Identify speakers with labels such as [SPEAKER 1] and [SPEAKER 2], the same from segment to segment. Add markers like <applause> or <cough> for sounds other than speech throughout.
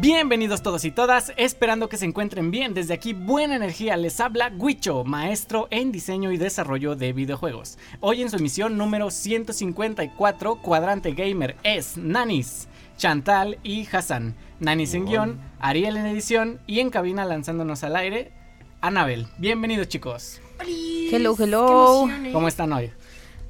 [SPEAKER 1] Bienvenidos todos y todas, esperando que se encuentren bien. Desde aquí, buena energía, les habla Guicho, maestro en diseño y desarrollo de videojuegos. Hoy en su emisión número 154, Cuadrante Gamer es Nanis, Chantal y Hassan. Nanis en guión, Ariel en edición y en cabina lanzándonos al aire, Anabel. Bienvenidos chicos,
[SPEAKER 2] Hello, hello.
[SPEAKER 3] ¿eh?
[SPEAKER 1] ¿cómo están hoy?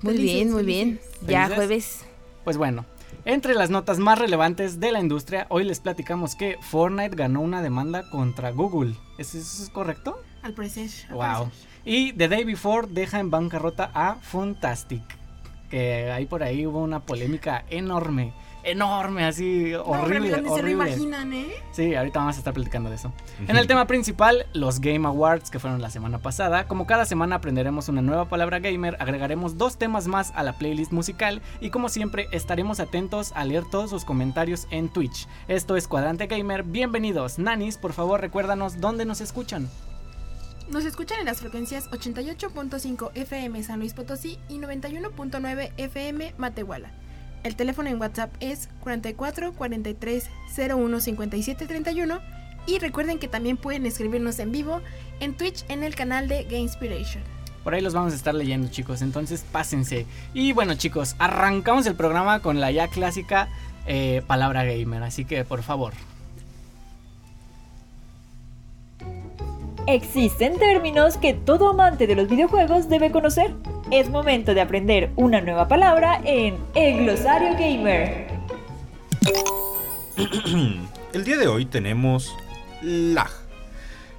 [SPEAKER 2] Muy
[SPEAKER 3] Felices,
[SPEAKER 2] bien, muy bien. Ya
[SPEAKER 1] ¿Felices?
[SPEAKER 2] jueves.
[SPEAKER 1] Pues bueno, entre las notas más relevantes de la industria, hoy les platicamos que Fortnite ganó una demanda contra Google. ¿Es- ¿Eso es correcto?
[SPEAKER 3] Al parecer. al
[SPEAKER 1] Wow.
[SPEAKER 3] parecer.
[SPEAKER 1] Y The Day Before deja en bancarrota a Fantastic. Que ahí por ahí hubo una polémica enorme. Enorme, así
[SPEAKER 3] no,
[SPEAKER 1] horrible.
[SPEAKER 3] realmente se lo
[SPEAKER 1] horrible.
[SPEAKER 3] imaginan, ¿eh?
[SPEAKER 1] Sí, ahorita vamos a estar platicando de eso. En el tema principal, los Game Awards que fueron la semana pasada. Como cada semana aprenderemos una nueva palabra gamer, agregaremos dos temas más a la playlist musical y como siempre estaremos atentos a leer todos sus comentarios en Twitch. Esto es Cuadrante Gamer, bienvenidos. Nanis, por favor recuérdanos dónde nos escuchan.
[SPEAKER 3] Nos escuchan en las frecuencias 88.5 FM San Luis Potosí y 91.9 FM Matehuala. El teléfono en WhatsApp es 44 43 01 57 31 y recuerden que también pueden escribirnos en vivo en Twitch en el canal de Gamespiration.
[SPEAKER 1] Por ahí los vamos a estar leyendo, chicos. Entonces, pásense. Y bueno, chicos, arrancamos el programa con la ya clásica eh, palabra gamer. Así que, por favor.
[SPEAKER 4] Existen términos que todo amante de los videojuegos debe conocer. Es momento de aprender una nueva palabra en El Glosario Gamer.
[SPEAKER 5] Mm, El día de hoy tenemos lag,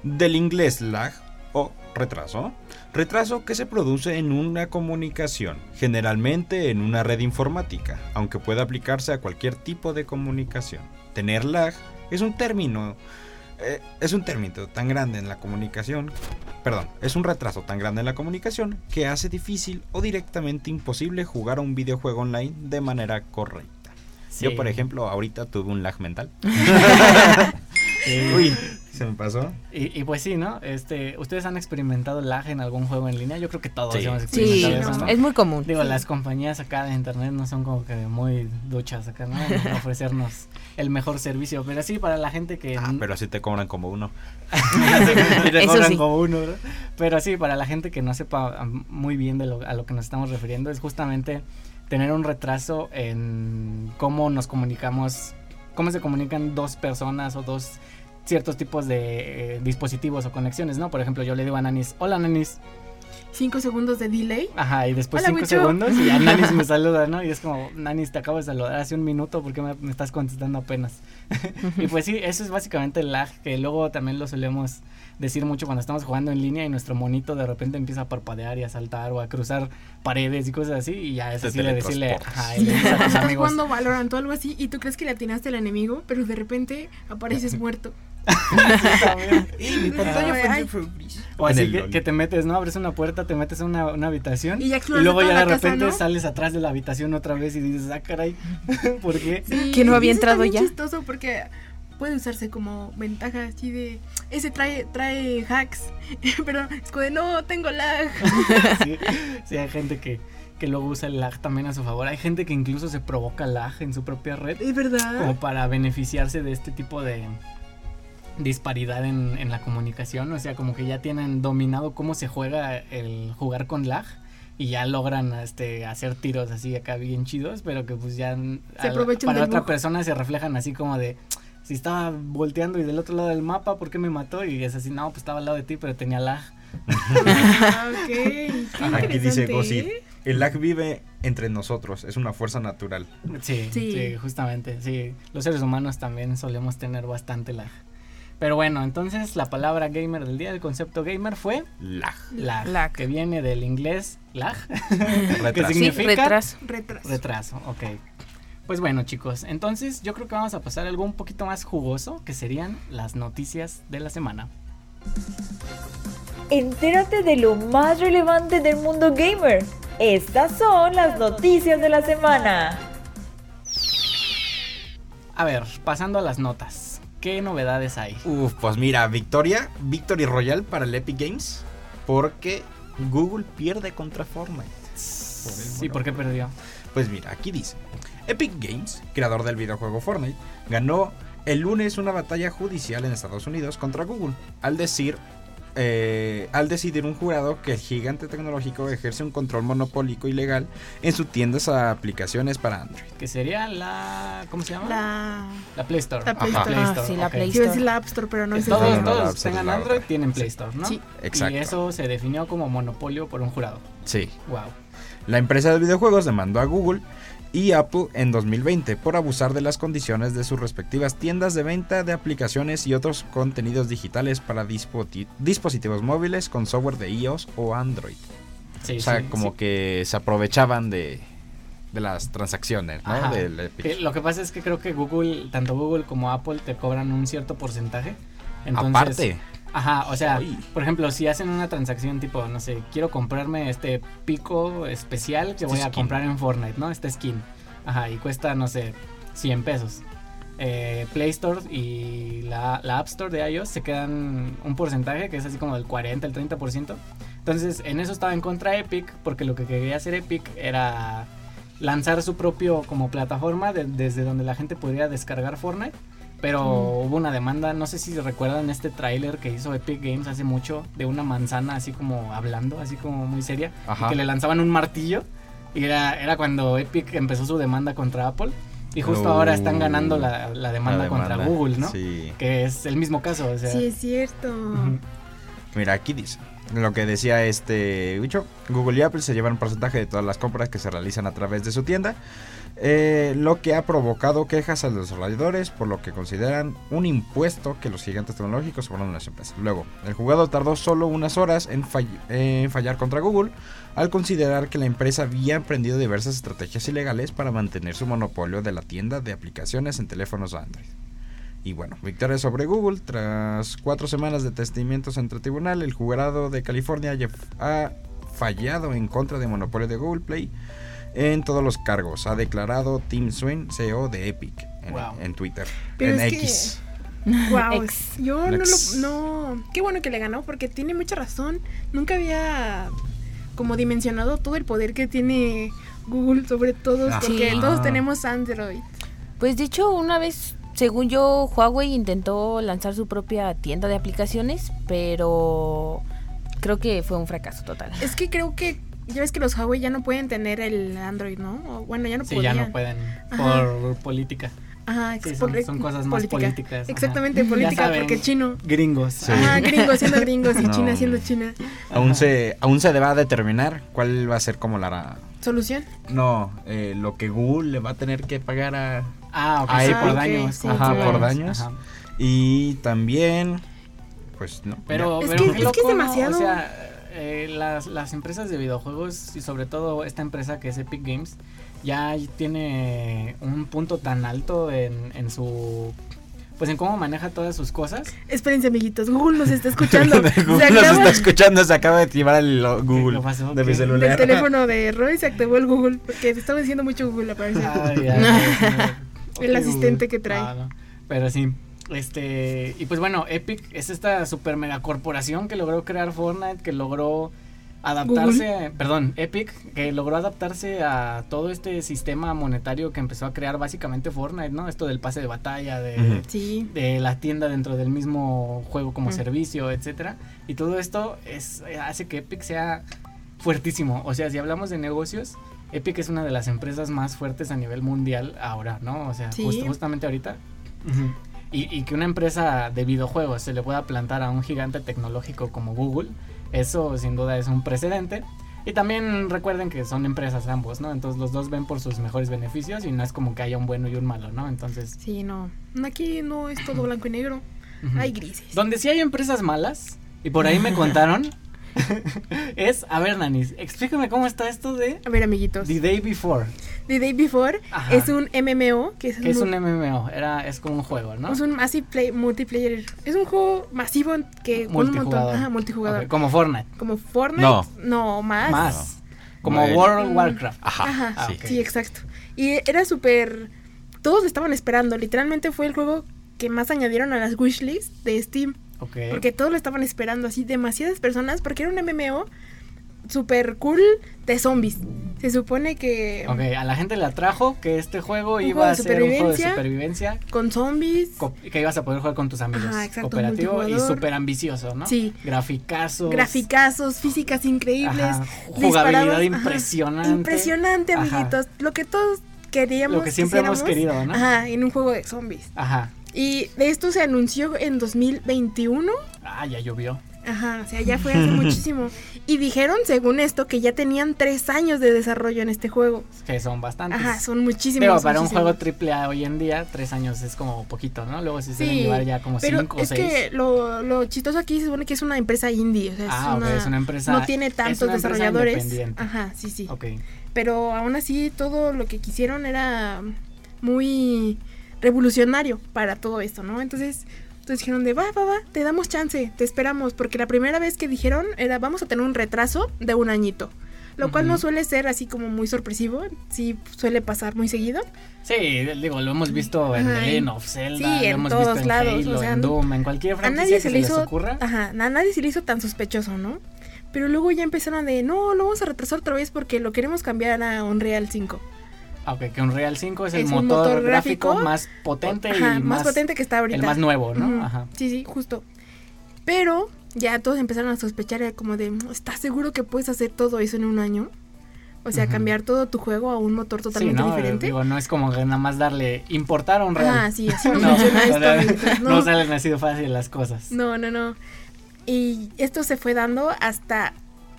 [SPEAKER 5] del inglés lag o retraso, retraso que se produce en una comunicación, generalmente en una red informática, aunque puede aplicarse a cualquier tipo de comunicación. Tener lag es un término eh, es un término tan grande en la comunicación, perdón, es un retraso tan grande en la comunicación que hace difícil o directamente imposible jugar a un videojuego online de manera correcta. Yo,
[SPEAKER 1] Sí.
[SPEAKER 5] por ejemplo, ahorita tuve un lag mental. Uy, <laughs> se me pasó.
[SPEAKER 1] Y, y pues sí, ¿no? Este, ¿Ustedes han experimentado lag en algún juego en línea? Yo creo que todos
[SPEAKER 5] Sí.
[SPEAKER 1] hemos
[SPEAKER 2] Sí,
[SPEAKER 1] experimentado eso,
[SPEAKER 5] ¿no?
[SPEAKER 2] es muy común.
[SPEAKER 1] Digo, las compañías acá de internet no son como que muy duchas acá, ¿no? En ofrecernos el mejor servicio. Pero sí, para la gente que...
[SPEAKER 5] Ah,
[SPEAKER 1] n-
[SPEAKER 5] pero así te cobran como uno.
[SPEAKER 1] <laughs> Y te
[SPEAKER 2] Eso
[SPEAKER 1] cobran
[SPEAKER 2] sí.
[SPEAKER 1] como uno, ¿verdad? Pero sí, para la gente que no sepa um, muy bien de lo, a lo que nos estamos refiriendo, es justamente tener un retraso en cómo nos comunicamos, cómo se comunican dos personas o dos ciertos tipos de eh, dispositivos o conexiones, ¿no? Por ejemplo, yo le digo a Nanis, hola Nanis,
[SPEAKER 3] Cinco segundos de delay.
[SPEAKER 1] ajá, y después
[SPEAKER 3] Hola,
[SPEAKER 1] cinco
[SPEAKER 3] Wicho.
[SPEAKER 1] segundos y ya Nanis
[SPEAKER 3] <laughs>
[SPEAKER 1] me saluda, ¿no? Y es como, Nanis, te acabo de saludar hace un minuto, ¿por qué me, me estás contestando apenas? <laughs> Y pues sí, eso es básicamente el lag, que luego también lo solemos decir mucho cuando estamos jugando en línea y nuestro monito de repente empieza a parpadear y a saltar o a cruzar paredes y cosas así, y ya es
[SPEAKER 5] Te
[SPEAKER 1] así de decirle,
[SPEAKER 5] teletransportas.
[SPEAKER 1] ajá, y le
[SPEAKER 3] <laughs>
[SPEAKER 1] dices a tus
[SPEAKER 3] Estás
[SPEAKER 1] amigos,
[SPEAKER 3] jugando Valorant o algo así y tú crees que le atinaste al enemigo, pero de repente
[SPEAKER 1] <laughs>
[SPEAKER 3] apareces muerto. Ay,
[SPEAKER 1] o
[SPEAKER 5] En
[SPEAKER 1] así
[SPEAKER 5] el
[SPEAKER 1] que,
[SPEAKER 5] LOL.
[SPEAKER 1] que te metes, ¿no? Abres una puerta, te metes a una, una habitación
[SPEAKER 3] Y
[SPEAKER 1] y,
[SPEAKER 3] ya exploras
[SPEAKER 1] luego
[SPEAKER 3] toda
[SPEAKER 1] ya de
[SPEAKER 3] la casa,
[SPEAKER 1] repente
[SPEAKER 3] ¿no?
[SPEAKER 1] sales atrás de la habitación otra vez y dices, ah, caray, <laughs> ¿por qué?
[SPEAKER 3] Sí,
[SPEAKER 2] ¿Que no
[SPEAKER 3] y
[SPEAKER 2] había
[SPEAKER 3] eso
[SPEAKER 2] entrado
[SPEAKER 3] también
[SPEAKER 2] ya?
[SPEAKER 3] Es chistoso porque puede usarse como ventaja así de ese trae trae hacks, <laughs> pero es como de no tengo lag.
[SPEAKER 1] sí, sí, hay gente que, que luego usa el lag también a su favor. Hay gente que incluso se provoca lag en su propia red
[SPEAKER 3] <laughs> Es verdad.
[SPEAKER 1] como para beneficiarse de este tipo de disparidad en, en la comunicación. O sea, como que ya tienen dominado cómo se juega el jugar con lag. Y ya logran este, hacer tiros así acá bien chidos, pero que pues ya n-
[SPEAKER 3] Se
[SPEAKER 1] al-
[SPEAKER 3] aprovechan
[SPEAKER 1] para
[SPEAKER 3] del
[SPEAKER 1] otra
[SPEAKER 3] bug.
[SPEAKER 1] persona se reflejan así como de, si estaba volteando y del otro lado del mapa, ¿por qué me mató? Y es así, no, pues estaba al lado de ti, pero tenía lag.
[SPEAKER 3] Ah, <laughs> ok. Qué
[SPEAKER 5] Aquí dice
[SPEAKER 3] interesante,
[SPEAKER 5] Gossip.
[SPEAKER 3] ¿eh?
[SPEAKER 5] El lag vive entre nosotros, es una fuerza natural.
[SPEAKER 1] Sí, sí,
[SPEAKER 3] Sí.
[SPEAKER 1] justamente, sí. Los seres humanos también solemos tener bastante lag. Pero bueno, entonces la palabra gamer del día, el concepto gamer fue
[SPEAKER 5] Lag.
[SPEAKER 1] lag,
[SPEAKER 2] Lag.
[SPEAKER 1] que viene del inglés lag, que
[SPEAKER 5] Retraso.
[SPEAKER 2] Sí,
[SPEAKER 1] significa
[SPEAKER 2] retraso.
[SPEAKER 3] Retraso.
[SPEAKER 1] retraso, ok. Pues bueno, chicos, entonces yo creo que vamos a pasar a algo un poquito más jugoso, que serían las noticias de la semana.
[SPEAKER 4] Entérate de lo más relevante del mundo gamer. Estas son las noticias de la semana.
[SPEAKER 1] A ver, pasando a las notas. ¿Qué novedades hay?
[SPEAKER 5] Uf, pues mira, victoria, Victory Royal para el Epic Games. Porque Google pierde contra Fortnite.
[SPEAKER 1] Sí, ¿por qué perdió?
[SPEAKER 5] Pues mira, aquí dice: Epic Games, creador del videojuego Fortnite, ganó el lunes una batalla judicial en Estados Unidos contra Google. Al decir. eh, al decidir un jurado que el gigante tecnológico ejerce un control monopólico ilegal en sus tiendas a aplicaciones para Android.
[SPEAKER 1] Que sería la... ¿Cómo se llama?
[SPEAKER 3] La.
[SPEAKER 1] La Play Store.
[SPEAKER 3] La Play
[SPEAKER 5] Ajá.
[SPEAKER 3] Store.
[SPEAKER 1] Play
[SPEAKER 2] Ah, sí, la
[SPEAKER 1] ok.
[SPEAKER 3] Yo iba a
[SPEAKER 2] Play Store.
[SPEAKER 3] decir la App Store, pero no es
[SPEAKER 5] No, no,
[SPEAKER 1] Todos,
[SPEAKER 5] no,
[SPEAKER 1] todos
[SPEAKER 5] la
[SPEAKER 1] los
[SPEAKER 5] App
[SPEAKER 1] que
[SPEAKER 5] Store es
[SPEAKER 1] tengan
[SPEAKER 5] la
[SPEAKER 1] Android
[SPEAKER 5] otra.
[SPEAKER 1] tienen Play
[SPEAKER 5] Sí.
[SPEAKER 1] Store, ¿no?
[SPEAKER 3] Sí.
[SPEAKER 5] Exacto.
[SPEAKER 1] Y eso se definió como monopolio por un jurado.
[SPEAKER 5] Sí.
[SPEAKER 1] Wow.
[SPEAKER 5] La empresa de videojuegos demandó a Google y Apple en 2020 por abusar de las condiciones de sus respectivas tiendas de venta de aplicaciones y otros contenidos digitales para dispoti- dispositivos móviles con software de iOS o Android.
[SPEAKER 1] Sí,
[SPEAKER 5] o sea,
[SPEAKER 1] sí,
[SPEAKER 5] como
[SPEAKER 1] sí.
[SPEAKER 5] que se aprovechaban de, de las transacciones, ¿no?
[SPEAKER 1] Ajá.
[SPEAKER 5] Del eh, Epic.
[SPEAKER 1] Que lo que pasa es que creo que Google, tanto Google como Apple te cobran un cierto porcentaje. Entonces,
[SPEAKER 5] Aparte,
[SPEAKER 1] Ajá, o sea,
[SPEAKER 5] Ay.
[SPEAKER 1] por ejemplo, si hacen una transacción tipo, no sé, quiero comprarme este pico especial que
[SPEAKER 5] Esta
[SPEAKER 1] voy a
[SPEAKER 5] Este skin.
[SPEAKER 1] comprar en Fortnite, ¿no? Esta skin. Ajá, y cuesta, no sé, 100 pesos. Eh, Play Store y la, la App Store de iOS se quedan un porcentaje que es así como del 40, el 30%. Entonces, en eso estaba en contra Epic, porque lo que quería hacer Epic era lanzar su propio como plataforma de- desde donde la gente podría descargar Fortnite. Pero hubo una demanda, no sé si recuerdan este tráiler que hizo Epic Games hace mucho de una manzana así como hablando, así como muy seria, y
[SPEAKER 3] Ah.
[SPEAKER 5] Ajá.
[SPEAKER 1] que le lanzaban un martillo y era, era cuando Epic empezó su demanda contra Apple y justo
[SPEAKER 5] No.
[SPEAKER 1] ahora están ganando la, la
[SPEAKER 5] la
[SPEAKER 1] demanda contra
[SPEAKER 5] demanda,
[SPEAKER 1] Google, ¿no?
[SPEAKER 5] Sí.
[SPEAKER 1] Que es el mismo caso, o sea,
[SPEAKER 3] Sí, es cierto.
[SPEAKER 1] ujú.
[SPEAKER 5] Mira, aquí dice. Lo que decía este Wicho, Google y Apple se llevan un porcentaje de todas las compras que se realizan a través de su tienda, eh, lo que ha provocado quejas a los desarrolladores por lo que consideran un impuesto que los gigantes tecnológicos cobran a las empresas. Luego, el jugador tardó solo unas horas en, fall- en fallar contra Google al considerar que la empresa había emprendido diversas estrategias ilegales para mantener su monopolio de la tienda de aplicaciones en teléfonos Android. Y bueno, victoria sobre Google. Tras cuatro semanas de testimientos entre tribunal, el jurado de California ya f- ha fallado en contra de monopolio de Google Play en todos los cargos. Ha declarado Tim Swin, CEO de Epic, en,
[SPEAKER 1] Wow.
[SPEAKER 5] en Twitter,
[SPEAKER 3] Pero
[SPEAKER 5] en
[SPEAKER 3] es que-
[SPEAKER 5] X.
[SPEAKER 3] Wow,
[SPEAKER 2] Ex.
[SPEAKER 3] yo no
[SPEAKER 5] Ex.
[SPEAKER 3] lo. No. Qué bueno que le ganó porque tiene mucha razón. Nunca había como dimensionado todo el poder que tiene Google sobre todos
[SPEAKER 5] Ah,
[SPEAKER 3] porque
[SPEAKER 5] sí.
[SPEAKER 3] todos
[SPEAKER 5] Ah.
[SPEAKER 3] tenemos Android.
[SPEAKER 2] Pues de hecho, una vez, según yo, Huawei intentó lanzar su propia tienda de aplicaciones, pero creo que fue un fracaso total.
[SPEAKER 3] Es que creo que ya ves que los Huawei ya no pueden tener el Android, ¿no? O, bueno, ya no
[SPEAKER 1] sí, ya
[SPEAKER 3] podían.
[SPEAKER 1] no pueden
[SPEAKER 3] Ajá.
[SPEAKER 1] por política.
[SPEAKER 3] Ajá, ex-
[SPEAKER 1] Sí, son-
[SPEAKER 3] por-
[SPEAKER 1] son cosas más políticas, ajá.
[SPEAKER 3] Exactamente,
[SPEAKER 1] Ya
[SPEAKER 3] política
[SPEAKER 1] saben.
[SPEAKER 3] porque chino.
[SPEAKER 1] Gringos. Ah,
[SPEAKER 5] Sí.
[SPEAKER 3] Ajá, gringo siendo gringos
[SPEAKER 1] <laughs>
[SPEAKER 3] y
[SPEAKER 5] No.
[SPEAKER 3] China siendo China.
[SPEAKER 5] Aún se, aún se va a determinar cuál va a ser como la...
[SPEAKER 3] ¿Solución?
[SPEAKER 5] No, eh, lo que Google le va a tener que pagar a...
[SPEAKER 1] Ah, ok,
[SPEAKER 5] Ah,
[SPEAKER 1] sí,
[SPEAKER 5] ok,
[SPEAKER 1] por daños.
[SPEAKER 3] sí,
[SPEAKER 5] Ajá,
[SPEAKER 3] claro.
[SPEAKER 5] por daños.
[SPEAKER 1] Ajá.
[SPEAKER 5] Y también... Pues no.
[SPEAKER 1] Pero,
[SPEAKER 3] Es
[SPEAKER 1] pero qué
[SPEAKER 3] que- es que es
[SPEAKER 1] loco, ¿no?
[SPEAKER 3] demasiado.
[SPEAKER 1] O sea, eh, las, las empresas de videojuegos y sobre todo esta empresa que es Epic Games ya tiene un punto tan alto en, en su... Pues en cómo maneja todas sus cosas.
[SPEAKER 3] Espérense, amiguitos. Google nos
[SPEAKER 1] <laughs>
[SPEAKER 3] está
[SPEAKER 5] <laughs>
[SPEAKER 3] escuchando. Se
[SPEAKER 5] Google nos
[SPEAKER 3] acaba
[SPEAKER 5] está escuchando, se acaba de activar el lo- Google
[SPEAKER 1] ¿Qué pasó?
[SPEAKER 5] de mi
[SPEAKER 1] ¿Qué?
[SPEAKER 3] el
[SPEAKER 5] celular.
[SPEAKER 3] teléfono de Roy se activó el Google porque estaba diciendo mucho Google aparece. <laughs>
[SPEAKER 1] Ay, ay, Dios mío.
[SPEAKER 3] El
[SPEAKER 1] Ok,
[SPEAKER 3] asistente
[SPEAKER 1] Google.
[SPEAKER 3] que trae.
[SPEAKER 1] No, no. Pero sí. Este, y pues bueno, Epic es esta super mega corporación que logró crear Fortnite, que logró adaptarse, perdón, Epic, que logró adaptarse a todo este sistema monetario que empezó a crear básicamente Fortnite, ¿no? Esto del pase de batalla, de,
[SPEAKER 5] <laughs> Ujú.
[SPEAKER 3] Sí.
[SPEAKER 1] de la tienda dentro del mismo juego como servicio, etcétera. Y todo esto es, eh, hace que Epic sea fuertísimo. O sea, si hablamos de negocios, Epic es una de las empresas más fuertes a nivel mundial ahora, ¿no? O sea,
[SPEAKER 3] Sí.
[SPEAKER 1] justo- justamente ahorita. Ujú. Y, y que una empresa de videojuegos se le pueda plantar a un gigante tecnológico como Google, eso sin duda es un precedente. Y también recuerden que son empresas ambos, ¿no? Entonces los dos ven por sus mejores beneficios y no es como que haya un bueno y un malo, ¿no? Entonces...
[SPEAKER 3] Sí, no. Aquí no es todo blanco y negro.
[SPEAKER 1] ujú.
[SPEAKER 3] Hay grises.
[SPEAKER 1] Donde sí hay empresas malas, y por ahí me contaron, es, a ver, Nanis, explícame cómo está esto de
[SPEAKER 3] A ver, amiguitos.
[SPEAKER 1] The Day Before,
[SPEAKER 3] The Day Before
[SPEAKER 1] Ajá.
[SPEAKER 3] es un MMO, que es,
[SPEAKER 1] que es
[SPEAKER 3] mu-
[SPEAKER 1] un MMO, era, es como un juego, ¿no?
[SPEAKER 3] es un massive play- multiplayer. Es un juego masivo que con un montón,
[SPEAKER 1] multijugador.
[SPEAKER 3] ajá, multijugador. Ah,
[SPEAKER 1] Ok, como Fortnite,
[SPEAKER 3] Como Fortnite,
[SPEAKER 5] No.
[SPEAKER 3] más.
[SPEAKER 1] más, como
[SPEAKER 5] Bueno.
[SPEAKER 1] World of Warcraft.
[SPEAKER 5] Ajá,
[SPEAKER 3] Ajá,
[SPEAKER 1] Ah,
[SPEAKER 5] sí.
[SPEAKER 1] ok.
[SPEAKER 3] Sí, exacto. Y era súper. Todos lo estaban esperando. Literalmente fue el juego que más añadieron a las wishlists de Steam.
[SPEAKER 1] Ok.
[SPEAKER 3] Porque todos lo estaban esperando. Así, demasiadas personas. Porque era un MMO súper cool de zombies. Se supone que.
[SPEAKER 1] Ok, a la gente le atrajo que este juego
[SPEAKER 3] Un
[SPEAKER 1] iba
[SPEAKER 3] juego
[SPEAKER 1] a
[SPEAKER 3] de
[SPEAKER 1] ser un juego de
[SPEAKER 3] supervivencia.
[SPEAKER 1] supervivencia
[SPEAKER 3] Con zombies.
[SPEAKER 1] co- que ibas a poder jugar con tus amigos.
[SPEAKER 3] Ajá, exacto,
[SPEAKER 1] cooperativo y
[SPEAKER 3] multijugador.
[SPEAKER 1] súper ambicioso, ¿no?
[SPEAKER 3] Sí.
[SPEAKER 1] Graficazos.
[SPEAKER 3] Graficazos, físicas increíbles.
[SPEAKER 1] Ajá,
[SPEAKER 3] disparos,
[SPEAKER 1] Jugabilidad
[SPEAKER 3] ajá,
[SPEAKER 1] impresionante.
[SPEAKER 3] Impresionante,
[SPEAKER 1] Ajá.
[SPEAKER 3] amiguitos. Lo que todos queríamos.
[SPEAKER 1] Lo que siempre hemos
[SPEAKER 3] quisiéramos,
[SPEAKER 1] querido, ¿no?
[SPEAKER 3] Ajá, en un juego de zombies.
[SPEAKER 1] Ajá.
[SPEAKER 3] Y de esto se anunció en 2021.
[SPEAKER 1] Ah, ya llovió.
[SPEAKER 3] Ajá, o sea, ya fue hace
[SPEAKER 1] <laughs>
[SPEAKER 3] muchísimo. Y dijeron, según esto, que ya tenían tres años de desarrollo en este juego.
[SPEAKER 1] Que son bastantes.
[SPEAKER 3] Ajá, son muchísimos.
[SPEAKER 1] Pero para un
[SPEAKER 3] muchísimos.
[SPEAKER 1] juego triple A hoy en día, tres años es como poquito, ¿no? Luego sí se deben
[SPEAKER 3] Sí,
[SPEAKER 1] llevar ya como
[SPEAKER 3] pero
[SPEAKER 1] cinco o
[SPEAKER 3] es
[SPEAKER 1] seis.
[SPEAKER 3] que lo, lo chistoso aquí se supone que es una empresa indie. O sea,
[SPEAKER 1] ah,
[SPEAKER 3] es,
[SPEAKER 1] ok,
[SPEAKER 3] una,
[SPEAKER 1] es una empresa.
[SPEAKER 3] No tiene
[SPEAKER 1] es
[SPEAKER 3] tantos
[SPEAKER 1] una empresa
[SPEAKER 3] desarrolladores.
[SPEAKER 1] independiente.
[SPEAKER 3] Ajá, sí, sí.
[SPEAKER 1] Ok.
[SPEAKER 3] Pero aún así, todo lo que quisieron era muy revolucionario para todo esto, ¿no? Entonces, entonces dijeron de, va, va, va, te damos chance, te esperamos, porque la primera vez que dijeron era, vamos a tener un retraso de un añito. Lo cual no
[SPEAKER 1] Ujú.
[SPEAKER 3] suele ser así como muy sorpresivo, sí suele pasar muy seguido.
[SPEAKER 1] Sí, digo, lo hemos visto en
[SPEAKER 3] Ajá,
[SPEAKER 1] The
[SPEAKER 3] en-
[SPEAKER 1] Legend of Zelda,
[SPEAKER 3] sí,
[SPEAKER 1] lo
[SPEAKER 3] en
[SPEAKER 1] hemos
[SPEAKER 3] todos
[SPEAKER 1] visto en
[SPEAKER 3] lados,
[SPEAKER 1] Halo,
[SPEAKER 3] o sea,
[SPEAKER 1] en Doom, en cualquier
[SPEAKER 3] A
[SPEAKER 1] franquicia
[SPEAKER 3] nadie
[SPEAKER 1] que
[SPEAKER 3] se
[SPEAKER 1] se,
[SPEAKER 3] le
[SPEAKER 1] les
[SPEAKER 3] hizo,
[SPEAKER 1] ocurra.
[SPEAKER 3] ajá, a nadie se le hizo tan sospechoso, ¿no? Pero luego ya empezaron de, no, lo vamos a retrasar otra vez porque lo queremos cambiar a Unreal 5.
[SPEAKER 1] Ah, Ok, que Unreal 5 es, el
[SPEAKER 3] Es
[SPEAKER 1] motor,
[SPEAKER 3] un motor
[SPEAKER 1] gráfico,
[SPEAKER 3] gráfico
[SPEAKER 1] más potente
[SPEAKER 3] Ajá,
[SPEAKER 1] y
[SPEAKER 3] más, potente que está ahorita.
[SPEAKER 1] el más nuevo, ¿no?
[SPEAKER 3] Ujú,
[SPEAKER 1] Ajá.
[SPEAKER 3] Sí, sí, justo. Pero ya todos empezaron a sospechar, era como de, ¿estás seguro que puedes hacer todo eso en un año? O sea,
[SPEAKER 1] Ujú.
[SPEAKER 3] cambiar todo tu juego a un motor totalmente
[SPEAKER 1] sí, ¿no?
[SPEAKER 3] diferente.
[SPEAKER 1] Digo, no es como que nada más darle importar a un real.
[SPEAKER 3] ah, sí, así
[SPEAKER 1] <laughs>
[SPEAKER 3] no,
[SPEAKER 1] No,
[SPEAKER 3] funciona esto.
[SPEAKER 1] o sea,
[SPEAKER 3] amiguitos,
[SPEAKER 1] no salen así de fácil las cosas.
[SPEAKER 3] No, no, no. Y esto se fue dando hasta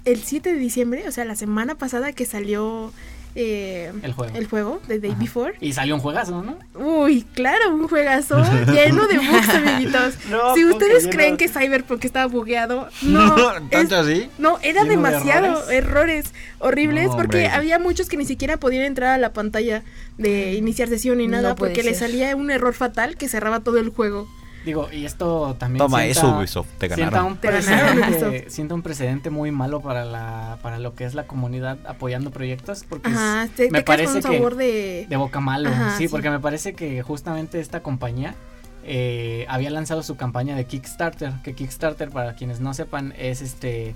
[SPEAKER 3] el 7 de diciembre, o sea, la semana pasada que salió eh,
[SPEAKER 1] El juego.
[SPEAKER 3] el juego de Day
[SPEAKER 1] Ajá.
[SPEAKER 3] Before.
[SPEAKER 1] Y salió un juegazo, ¿no?
[SPEAKER 3] Uy, claro, un juegazo
[SPEAKER 1] <laughs>
[SPEAKER 3] lleno de bugs, amiguitos.
[SPEAKER 1] No, ¿cómo
[SPEAKER 3] si
[SPEAKER 1] que
[SPEAKER 3] ustedes
[SPEAKER 1] lleno?
[SPEAKER 3] creen que Cyberpunk estaba
[SPEAKER 1] <laughs>
[SPEAKER 3] bugueado, no. es-
[SPEAKER 5] ¿Tanto así?
[SPEAKER 3] no,
[SPEAKER 1] ¿Lleno
[SPEAKER 3] era
[SPEAKER 1] de
[SPEAKER 3] demasiado
[SPEAKER 1] errores?
[SPEAKER 3] errores? horribles
[SPEAKER 5] No,
[SPEAKER 3] porque
[SPEAKER 5] hombre.
[SPEAKER 3] había muchos que ni siquiera podían entrar a la pantalla de iniciar sesión ni
[SPEAKER 2] No
[SPEAKER 3] nada
[SPEAKER 2] puede
[SPEAKER 3] porque les
[SPEAKER 2] ser.
[SPEAKER 3] salía un error fatal que cerraba todo el juego.
[SPEAKER 1] Digo, y esto también.
[SPEAKER 5] Toma
[SPEAKER 1] sienta-
[SPEAKER 5] eso, Ubisoft, te
[SPEAKER 1] Sienta
[SPEAKER 5] ganaron.
[SPEAKER 1] un,
[SPEAKER 3] Te ganaron,
[SPEAKER 1] precedente,
[SPEAKER 3] Ubisoft.
[SPEAKER 1] sienta un precedente muy malo para la para lo que es la comunidad apoyando proyectos porque es
[SPEAKER 3] Ajá, te,
[SPEAKER 1] me
[SPEAKER 3] te quedas con
[SPEAKER 1] parece
[SPEAKER 3] un
[SPEAKER 1] que-
[SPEAKER 3] sabor de...
[SPEAKER 1] de boca malo.
[SPEAKER 3] Ajá,
[SPEAKER 1] sí,
[SPEAKER 3] sí.
[SPEAKER 1] porque me parece que justamente esta compañía eh, había lanzado su campaña de Kickstarter, que Kickstarter para quienes no sepan es este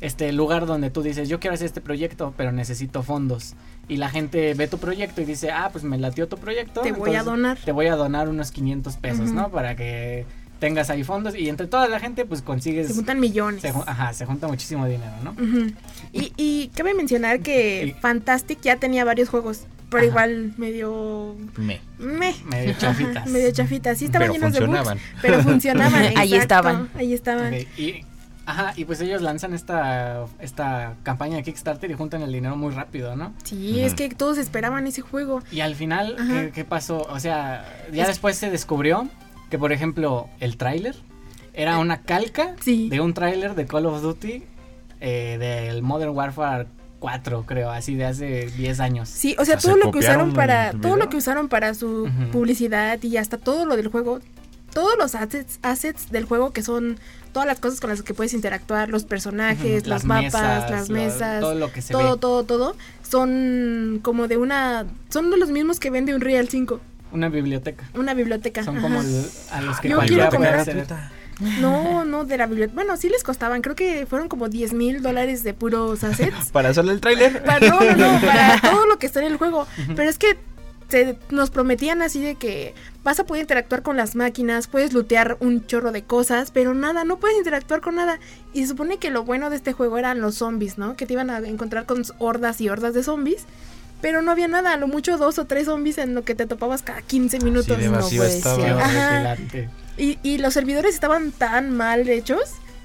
[SPEAKER 1] este lugar donde tú dices, "Yo quiero hacer este proyecto, pero necesito fondos." Y la gente ve tu proyecto y dice, "Ah, pues me latió tu proyecto."
[SPEAKER 3] Te voy a
[SPEAKER 1] entonces-
[SPEAKER 3] donar.
[SPEAKER 1] te voy a donar unos 500 pesos,
[SPEAKER 3] Ujú.
[SPEAKER 1] ¿no? Para que tengas ahí fondos y entre toda la gente pues consigues...
[SPEAKER 3] Se juntan millones.
[SPEAKER 1] se ju- ah. ajá, se junta muchísimo dinero, ¿no?
[SPEAKER 3] Ujú. y, y cabe mencionar que
[SPEAKER 1] Y-
[SPEAKER 3] Fantastic ya tenía varios juegos, pero
[SPEAKER 1] Ajá.
[SPEAKER 3] igual medio...
[SPEAKER 5] Me.
[SPEAKER 3] Meh. <laughs>
[SPEAKER 1] Medio chafitas.
[SPEAKER 3] Ajá, medio chafitas. Sí estaban
[SPEAKER 5] Pero
[SPEAKER 3] llenos
[SPEAKER 5] funcionaban.
[SPEAKER 3] de bugs,
[SPEAKER 5] <laughs>
[SPEAKER 3] pero funcionaban. exacto,
[SPEAKER 2] Ahí estaban.
[SPEAKER 3] Ahí estaban.
[SPEAKER 1] Ok, y, ajá, y pues ellos lanzan esta, esta campaña de Kickstarter y juntan el dinero muy rápido, ¿no?
[SPEAKER 3] Sí,
[SPEAKER 5] Ujú.
[SPEAKER 3] es que todos esperaban ese juego.
[SPEAKER 1] Y al final,
[SPEAKER 3] Ajá.
[SPEAKER 1] ¿qué, qué pasó? O sea, ya
[SPEAKER 3] Es-
[SPEAKER 1] después se descubrió que, por ejemplo, el tráiler era una calca
[SPEAKER 3] Eh, Sí.
[SPEAKER 1] de un tráiler de Call of Duty eh, del Modern Warfare 4, creo, así de hace 10 años.
[SPEAKER 3] Sí, o sea,
[SPEAKER 5] O
[SPEAKER 3] todo
[SPEAKER 5] sea, Ah, ¿se
[SPEAKER 3] lo que usaron
[SPEAKER 5] copiaron
[SPEAKER 3] para
[SPEAKER 5] el
[SPEAKER 3] todo
[SPEAKER 5] video?
[SPEAKER 3] lo que usaron para su
[SPEAKER 1] Ujú.
[SPEAKER 3] publicidad y hasta todo lo del juego, todos los assets, assets del juego que son todas las cosas con las que puedes interactuar, los personajes,
[SPEAKER 1] Ujú,
[SPEAKER 3] los mapas, las
[SPEAKER 1] lo-
[SPEAKER 3] mesas,
[SPEAKER 1] todo lo que se
[SPEAKER 3] todo,
[SPEAKER 1] ve.
[SPEAKER 3] todo, todo, son como de una son de los mismos que vende un Real 5,
[SPEAKER 1] Una biblioteca.
[SPEAKER 3] una biblioteca.
[SPEAKER 1] Son
[SPEAKER 3] ajá.
[SPEAKER 1] como l- a los que
[SPEAKER 3] Yo
[SPEAKER 1] cualquiera
[SPEAKER 3] quiero
[SPEAKER 1] puede
[SPEAKER 3] comprar-
[SPEAKER 1] acceder.
[SPEAKER 3] No, no de la biblioteca. Bueno, sí les costaban, creo que fueron como 10 mil dólares de puros assets.
[SPEAKER 5] ¿Para hacerle el tráiler?
[SPEAKER 3] Pa- no, no, no, para todo lo que está en el juego. Pero es que se- nos prometían así de que vas a poder interactuar con las máquinas, puedes lootear un chorro de cosas, pero nada, no puedes interactuar con nada. Y se supone que lo bueno de este juego eran los zombies, ¿no? Que te iban a encontrar con hordas y hordas de zombies. Pero no había nada, a lo mucho dos o tres zombies en lo que te topabas cada 15 minutos.
[SPEAKER 5] de vacío
[SPEAKER 2] puede
[SPEAKER 5] estaba.
[SPEAKER 1] Qué
[SPEAKER 2] ser.
[SPEAKER 3] Ajá.
[SPEAKER 1] horripilante.
[SPEAKER 3] Y, y los servidores estaban tan mal hechos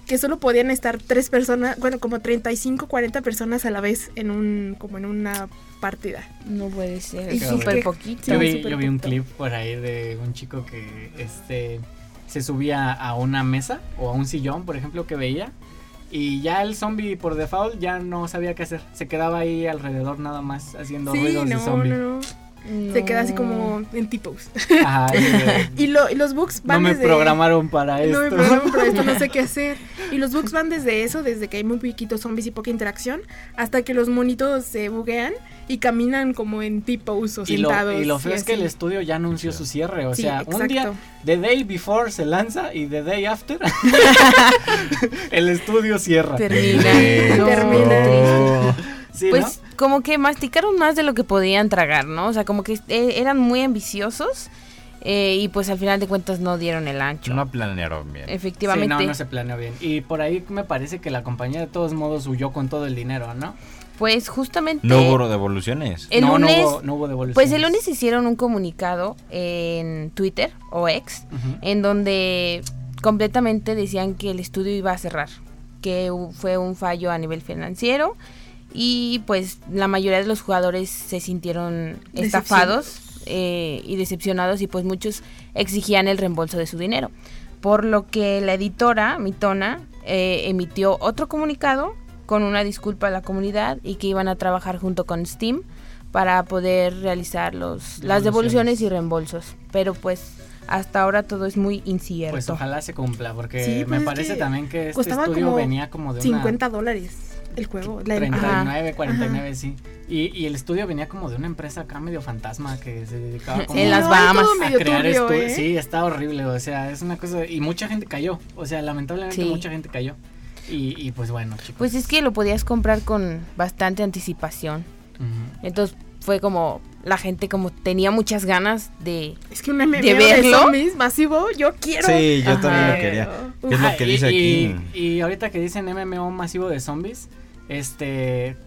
[SPEAKER 3] que solo podían estar tres personas, bueno, como 35, 40 personas a la vez en un como en una partida.
[SPEAKER 2] No puede ser.
[SPEAKER 3] Y
[SPEAKER 2] Es súper
[SPEAKER 3] que-
[SPEAKER 2] poquito.
[SPEAKER 1] Yo vi,
[SPEAKER 3] súper
[SPEAKER 1] yo vi un
[SPEAKER 3] poquito.
[SPEAKER 1] clip por ahí de un chico que este se subía a una mesa o a un sillón, por ejemplo, que veía Y ya el zombie por default ya no sabía qué hacer. Se quedaba ahí alrededor nada más haciendo
[SPEAKER 3] Sí,
[SPEAKER 1] ruidos de
[SPEAKER 3] no, no,
[SPEAKER 1] zombie.
[SPEAKER 3] no. Se queda así como en tipos.
[SPEAKER 1] Ajá, y de-
[SPEAKER 3] Y, lo- y los bugs
[SPEAKER 1] no
[SPEAKER 3] <laughs> van
[SPEAKER 1] me
[SPEAKER 3] desde...
[SPEAKER 1] programaron para
[SPEAKER 3] No
[SPEAKER 1] esto.
[SPEAKER 3] me programaron para
[SPEAKER 1] <laughs>
[SPEAKER 3] esto, no sé qué hacer. Y los bugs van desde eso, desde que hay muy poquitos zombies y poca interacción, hasta que los monitos se buguean y caminan como en tipos o
[SPEAKER 1] y,
[SPEAKER 3] sentados.
[SPEAKER 1] lo, y lo feo es que el
[SPEAKER 3] así.
[SPEAKER 1] estudio ya anunció su cierre. O
[SPEAKER 3] Sí,
[SPEAKER 1] sea, un día,
[SPEAKER 3] exacto.
[SPEAKER 1] The Day Before se lanza y The Day
[SPEAKER 3] <laughs>
[SPEAKER 1] After, el estudio cierra.
[SPEAKER 2] Termina.
[SPEAKER 5] Esto.
[SPEAKER 2] Termina.
[SPEAKER 1] Sí, ¿no?
[SPEAKER 2] Pues como que masticaron más de lo que podían tragar, ¿no? O sea, como que eh, eran muy ambiciosos eh, y pues al final de cuentas no dieron el ancho.
[SPEAKER 5] No planearon bien.
[SPEAKER 2] Efectivamente.
[SPEAKER 1] Sí, no, no se planeó bien. Y por ahí me parece que la compañía de todos modos huyó con todo el dinero, ¿no?
[SPEAKER 2] Pues justamente...
[SPEAKER 5] No hubo devoluciones.
[SPEAKER 3] Eh,
[SPEAKER 2] el
[SPEAKER 1] no,
[SPEAKER 2] lunes,
[SPEAKER 1] no hubo, no hubo devoluciones.
[SPEAKER 2] pues el lunes hicieron un comunicado en Twitter o ex
[SPEAKER 1] Ujú.
[SPEAKER 2] en donde completamente decían que el estudio iba a cerrar, que hu- fue un fallo a nivel financiero y pues la mayoría de los jugadores se sintieron estafados eh, y decepcionados y pues muchos exigían el reembolso de su dinero. Por lo que la editora, Mitona, eh, emitió otro comunicado con una disculpa a la comunidad y que iban a trabajar junto con Steam para poder realizar los,
[SPEAKER 1] Devoluciones.
[SPEAKER 2] las devoluciones y reembolsos. Pero pues hasta ahora todo es muy incierto.
[SPEAKER 1] Pues ojalá se cumpla, porque
[SPEAKER 3] Sí, pues
[SPEAKER 1] me
[SPEAKER 3] es
[SPEAKER 1] parece
[SPEAKER 3] que
[SPEAKER 1] también que este
[SPEAKER 3] costaba
[SPEAKER 1] estudio
[SPEAKER 3] como
[SPEAKER 1] venía como de
[SPEAKER 3] 50 dólares el juego.
[SPEAKER 1] una
[SPEAKER 3] la-
[SPEAKER 1] 39, 49,
[SPEAKER 3] Ajá.
[SPEAKER 1] sí. Y, y el estudio venía como de una empresa acá medio fantasma que se
[SPEAKER 3] <laughs>
[SPEAKER 1] dedicaba como
[SPEAKER 2] En
[SPEAKER 3] Sí,
[SPEAKER 2] las
[SPEAKER 3] no,
[SPEAKER 1] a
[SPEAKER 3] hay todo
[SPEAKER 2] Bahamas.
[SPEAKER 3] medio
[SPEAKER 1] crear
[SPEAKER 3] turbio,
[SPEAKER 1] estu-
[SPEAKER 3] ¿eh?
[SPEAKER 1] Sí, está horrible, o sea, es una cosa... Y mucha gente cayó, o sea, lamentablemente
[SPEAKER 2] Sí.
[SPEAKER 1] mucha gente cayó. Y, y pues bueno, chicos.
[SPEAKER 2] Pues es que lo podías comprar con bastante anticipación.
[SPEAKER 1] Ujú.
[SPEAKER 2] Entonces fue como la gente como tenía muchas ganas de...
[SPEAKER 3] Es que un MMO
[SPEAKER 2] ¿De
[SPEAKER 3] de,
[SPEAKER 2] verlo?
[SPEAKER 3] zombies masivo, yo quiero.
[SPEAKER 5] Sí, yo también lo
[SPEAKER 3] Ajá.
[SPEAKER 5] quería.
[SPEAKER 3] Uf.
[SPEAKER 5] ¿Qué es
[SPEAKER 1] Ah,
[SPEAKER 5] lo que
[SPEAKER 1] y-
[SPEAKER 5] dice
[SPEAKER 1] y,
[SPEAKER 5] aquí?
[SPEAKER 1] Y ahorita que dicen MMO masivo de zombies, este.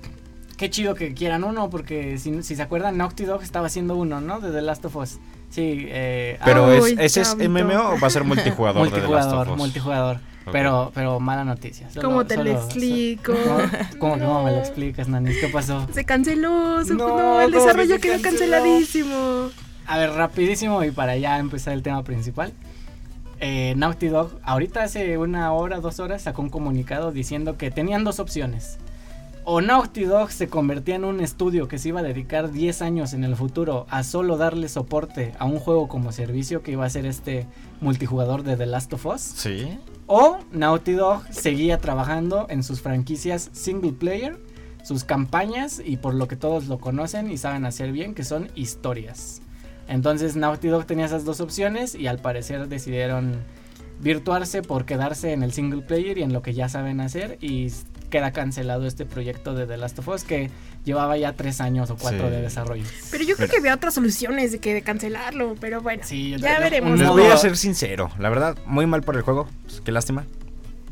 [SPEAKER 1] Qué chido que quieran uno, porque si, si se acuerdan, Naughty Dog estaba haciendo uno, ¿no? De The Last of Us. Sí, eh.
[SPEAKER 5] Pero
[SPEAKER 3] Ay,
[SPEAKER 5] es, ese es
[SPEAKER 3] Chavito.
[SPEAKER 5] MMO o va a ser
[SPEAKER 1] ah,
[SPEAKER 5] multijugador, de The Last of
[SPEAKER 1] multijugador,
[SPEAKER 5] Us?
[SPEAKER 1] multijugador.
[SPEAKER 5] Ok.
[SPEAKER 1] Pero, pero mala noticia. solo-
[SPEAKER 3] ¿Cómo te
[SPEAKER 1] solo-
[SPEAKER 3] lo explico?
[SPEAKER 1] so- ¿Cómo que cómo me lo
[SPEAKER 3] No.
[SPEAKER 1] explicas, Nanis? ¿Qué pasó?
[SPEAKER 3] Se canceló, su-
[SPEAKER 1] No,
[SPEAKER 3] no,
[SPEAKER 1] ¿cómo
[SPEAKER 3] el
[SPEAKER 1] que
[SPEAKER 3] desarrollo
[SPEAKER 1] se
[SPEAKER 3] quedó
[SPEAKER 1] canceló?
[SPEAKER 3] canceladísimo.
[SPEAKER 1] A ver, rapidísimo y para ya empezar el tema principal. Eh, Naughty Dog ahorita hace una hora, dos horas sacó un comunicado diciendo que tenían dos opciones. O Naughty Dog se convertía en un estudio que se iba a dedicar 10 años en el futuro a solo darle soporte a un juego como servicio que iba a ser este multijugador de The Last of Us.
[SPEAKER 5] Sí.
[SPEAKER 1] O Naughty Dog seguía trabajando en sus franquicias single player, sus campañas y por lo que todos lo conocen y saben hacer bien, que son historias. Entonces Naughty Dog tenía esas dos opciones y al parecer decidieron virtuarse por quedarse en el single player y en lo que ya saben hacer y s- queda cancelado este proyecto de The Last of Us que llevaba ya tres años o cuatro
[SPEAKER 5] Sí.
[SPEAKER 1] de desarrollo.
[SPEAKER 3] Pero yo creo
[SPEAKER 5] Mira.
[SPEAKER 3] que había otras soluciones de que de cancelarlo, pero bueno.
[SPEAKER 1] Sí,
[SPEAKER 3] Ya
[SPEAKER 1] un
[SPEAKER 3] veremos.
[SPEAKER 5] Les
[SPEAKER 1] modo-
[SPEAKER 5] voy a ser sincero, la verdad, muy mal por el juego, pues, qué lástima.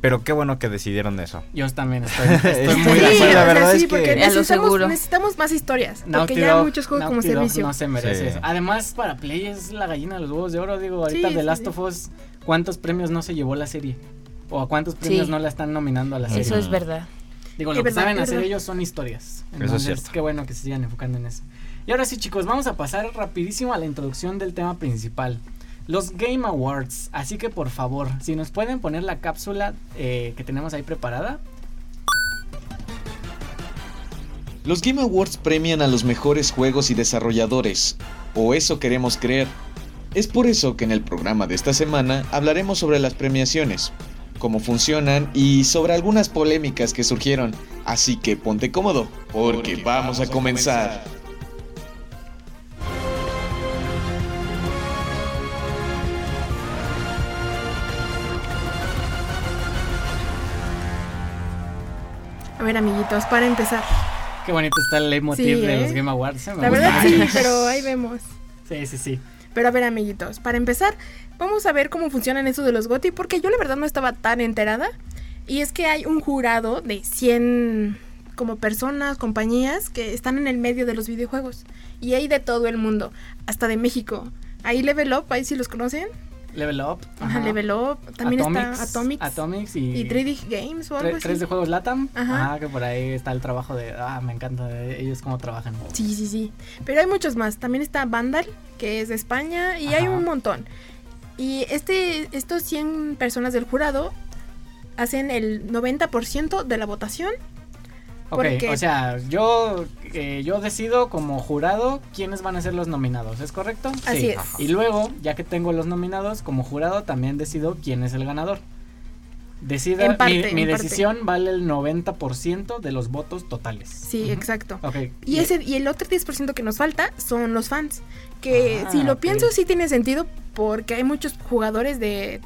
[SPEAKER 5] Pero qué bueno que decidieron eso.
[SPEAKER 1] Yo también estoy,
[SPEAKER 5] <laughs>
[SPEAKER 1] estoy
[SPEAKER 5] Sí,
[SPEAKER 1] muy de
[SPEAKER 5] la
[SPEAKER 1] acuerdo.
[SPEAKER 5] verdad es que-
[SPEAKER 3] porque
[SPEAKER 2] A lo seguro.
[SPEAKER 3] necesitamos, necesitamos más historias. porque
[SPEAKER 1] Naughty
[SPEAKER 3] ya
[SPEAKER 1] Dog-
[SPEAKER 3] muchos juegos
[SPEAKER 1] Naughty
[SPEAKER 3] como
[SPEAKER 1] Dog
[SPEAKER 3] servicio.
[SPEAKER 1] no se merece
[SPEAKER 5] Sí.
[SPEAKER 1] eso. Además, para Play es la gallina de los huevos de oro. Digo, ahorita
[SPEAKER 3] Sí,
[SPEAKER 1] The
[SPEAKER 3] sí,
[SPEAKER 1] Last
[SPEAKER 3] sí.
[SPEAKER 1] of Us, ¿cuántos premios no se llevó la serie? ¿O a cuántos premios no la están nominando a la serie?
[SPEAKER 2] Eso es verdad.
[SPEAKER 1] Digo,
[SPEAKER 3] Es
[SPEAKER 1] lo que
[SPEAKER 3] verdad,
[SPEAKER 1] saben
[SPEAKER 3] es
[SPEAKER 1] hacer
[SPEAKER 3] verdad.
[SPEAKER 1] ellos son historias.
[SPEAKER 5] es
[SPEAKER 1] Entonces,
[SPEAKER 5] cierto.
[SPEAKER 1] qué bueno que se sigan enfocando en eso. Y ahora sí, chicos, vamos a pasar rapidísimo a la introducción del tema principal. Los Game Awards. Así que, por favor, si nos pueden poner la cápsula eh, que tenemos ahí preparada.
[SPEAKER 6] Los Game Awards premian a los mejores juegos y desarrolladores, o eso queremos creer. Es por eso que en el programa de esta semana hablaremos sobre las premiaciones, cómo funcionan y sobre algunas polémicas que surgieron, así que ponte cómodo, porque, vamos, a comenzar.
[SPEAKER 3] A ver, amiguitos, para empezar.
[SPEAKER 1] Qué bonito está el leitmotiv
[SPEAKER 3] Sí,
[SPEAKER 1] de
[SPEAKER 3] ¿eh?
[SPEAKER 1] los Game Awards. eh, me
[SPEAKER 3] La
[SPEAKER 1] gusta.
[SPEAKER 3] verdad sí, pero ahí vemos.
[SPEAKER 1] Sí, sí, sí.
[SPEAKER 3] Pero a ver, amiguitos, para empezar, vamos a ver cómo funcionan eso de los GOTY, porque yo la verdad no estaba tan enterada. Y es que hay un jurado de 100 como personas, compañías que están en el medio de los videojuegos. Y hay de todo el mundo, hasta de México. Ahí Level Up, ahí si los conocen.
[SPEAKER 1] Level Up.
[SPEAKER 3] Ajá,
[SPEAKER 1] ajá.
[SPEAKER 3] Level Up. También está Atomics.
[SPEAKER 1] Atomics y,
[SPEAKER 3] Y 3D Games o algo
[SPEAKER 1] tre-
[SPEAKER 3] así.
[SPEAKER 1] 3D Juegos Latam. Ajá.
[SPEAKER 3] Ajá.
[SPEAKER 1] que por ahí está el trabajo de. Ah, me encanta de ellos cómo trabajan.
[SPEAKER 3] Sí, sí, sí. Pero hay muchos más. También está Vandal, que es de España, y hay
[SPEAKER 1] Ajá.
[SPEAKER 3] un montón. Y este, estos 100 personas del jurado hacen el 90% de la votación.
[SPEAKER 1] Ok,
[SPEAKER 3] Porque-
[SPEAKER 1] o sea, yo, eh, yo decido como jurado quiénes van a ser los nominados, ¿es correcto?
[SPEAKER 3] Así
[SPEAKER 1] Sí.
[SPEAKER 3] es.
[SPEAKER 1] Y luego, ya que tengo los nominados, como jurado también decido quién es el ganador. Decida,
[SPEAKER 3] En parte,
[SPEAKER 1] mi,
[SPEAKER 3] en
[SPEAKER 1] mi
[SPEAKER 3] parte.
[SPEAKER 1] decisión vale el 90% de los votos totales.
[SPEAKER 3] Sí,
[SPEAKER 1] Ujú. e
[SPEAKER 3] exacto.
[SPEAKER 1] Ok.
[SPEAKER 3] Y, ese, y el otro 10% que nos falta son los fans. Que
[SPEAKER 1] Ah,
[SPEAKER 3] si lo
[SPEAKER 1] ok.
[SPEAKER 3] pienso sí tiene sentido porque hay muchos jugadores de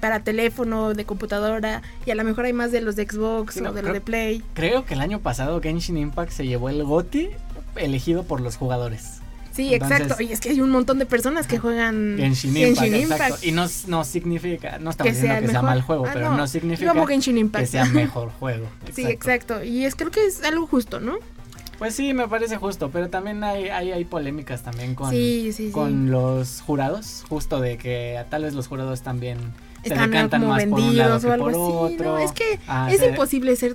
[SPEAKER 3] para teléfono, de computadora y a lo mejor hay más de los de Xbox
[SPEAKER 1] Sí, no,
[SPEAKER 3] o de
[SPEAKER 1] creo-
[SPEAKER 3] los de Play.
[SPEAKER 1] Creo que el año pasado Genshin Impact se llevó el GOTI elegido por los jugadores.
[SPEAKER 3] Sí,
[SPEAKER 1] Entonces-
[SPEAKER 3] exacto. Y es que hay un montón de personas que juegan
[SPEAKER 1] Genshin Impact,
[SPEAKER 3] Impact.
[SPEAKER 1] exacto. Y no, no significa, no estamos
[SPEAKER 3] Que sea
[SPEAKER 1] diciendo
[SPEAKER 3] el
[SPEAKER 1] que sea
[SPEAKER 3] mejor.
[SPEAKER 1] mal juego,
[SPEAKER 3] Ah,
[SPEAKER 1] pero
[SPEAKER 3] no.
[SPEAKER 1] no,
[SPEAKER 3] Yo
[SPEAKER 1] significa
[SPEAKER 3] amo Genshin Impact.
[SPEAKER 1] que sea mejor
[SPEAKER 3] <laughs>
[SPEAKER 1] juego.
[SPEAKER 3] Sí, exacto. Y es creo que es algo justo, ¿no?
[SPEAKER 1] Pues sí, me parece justo, pero también hay, hay, hay polémicas también con,
[SPEAKER 3] sí, sí, sí.
[SPEAKER 1] con los jurados, justo de que tal vez los jurados también se
[SPEAKER 3] Están
[SPEAKER 1] decantan
[SPEAKER 3] como
[SPEAKER 1] más por un lado
[SPEAKER 3] vendidos
[SPEAKER 1] que
[SPEAKER 3] o
[SPEAKER 1] por
[SPEAKER 3] algo así.
[SPEAKER 1] otro.
[SPEAKER 3] No, es que
[SPEAKER 1] Ah,
[SPEAKER 3] es
[SPEAKER 1] se-
[SPEAKER 3] imposible ser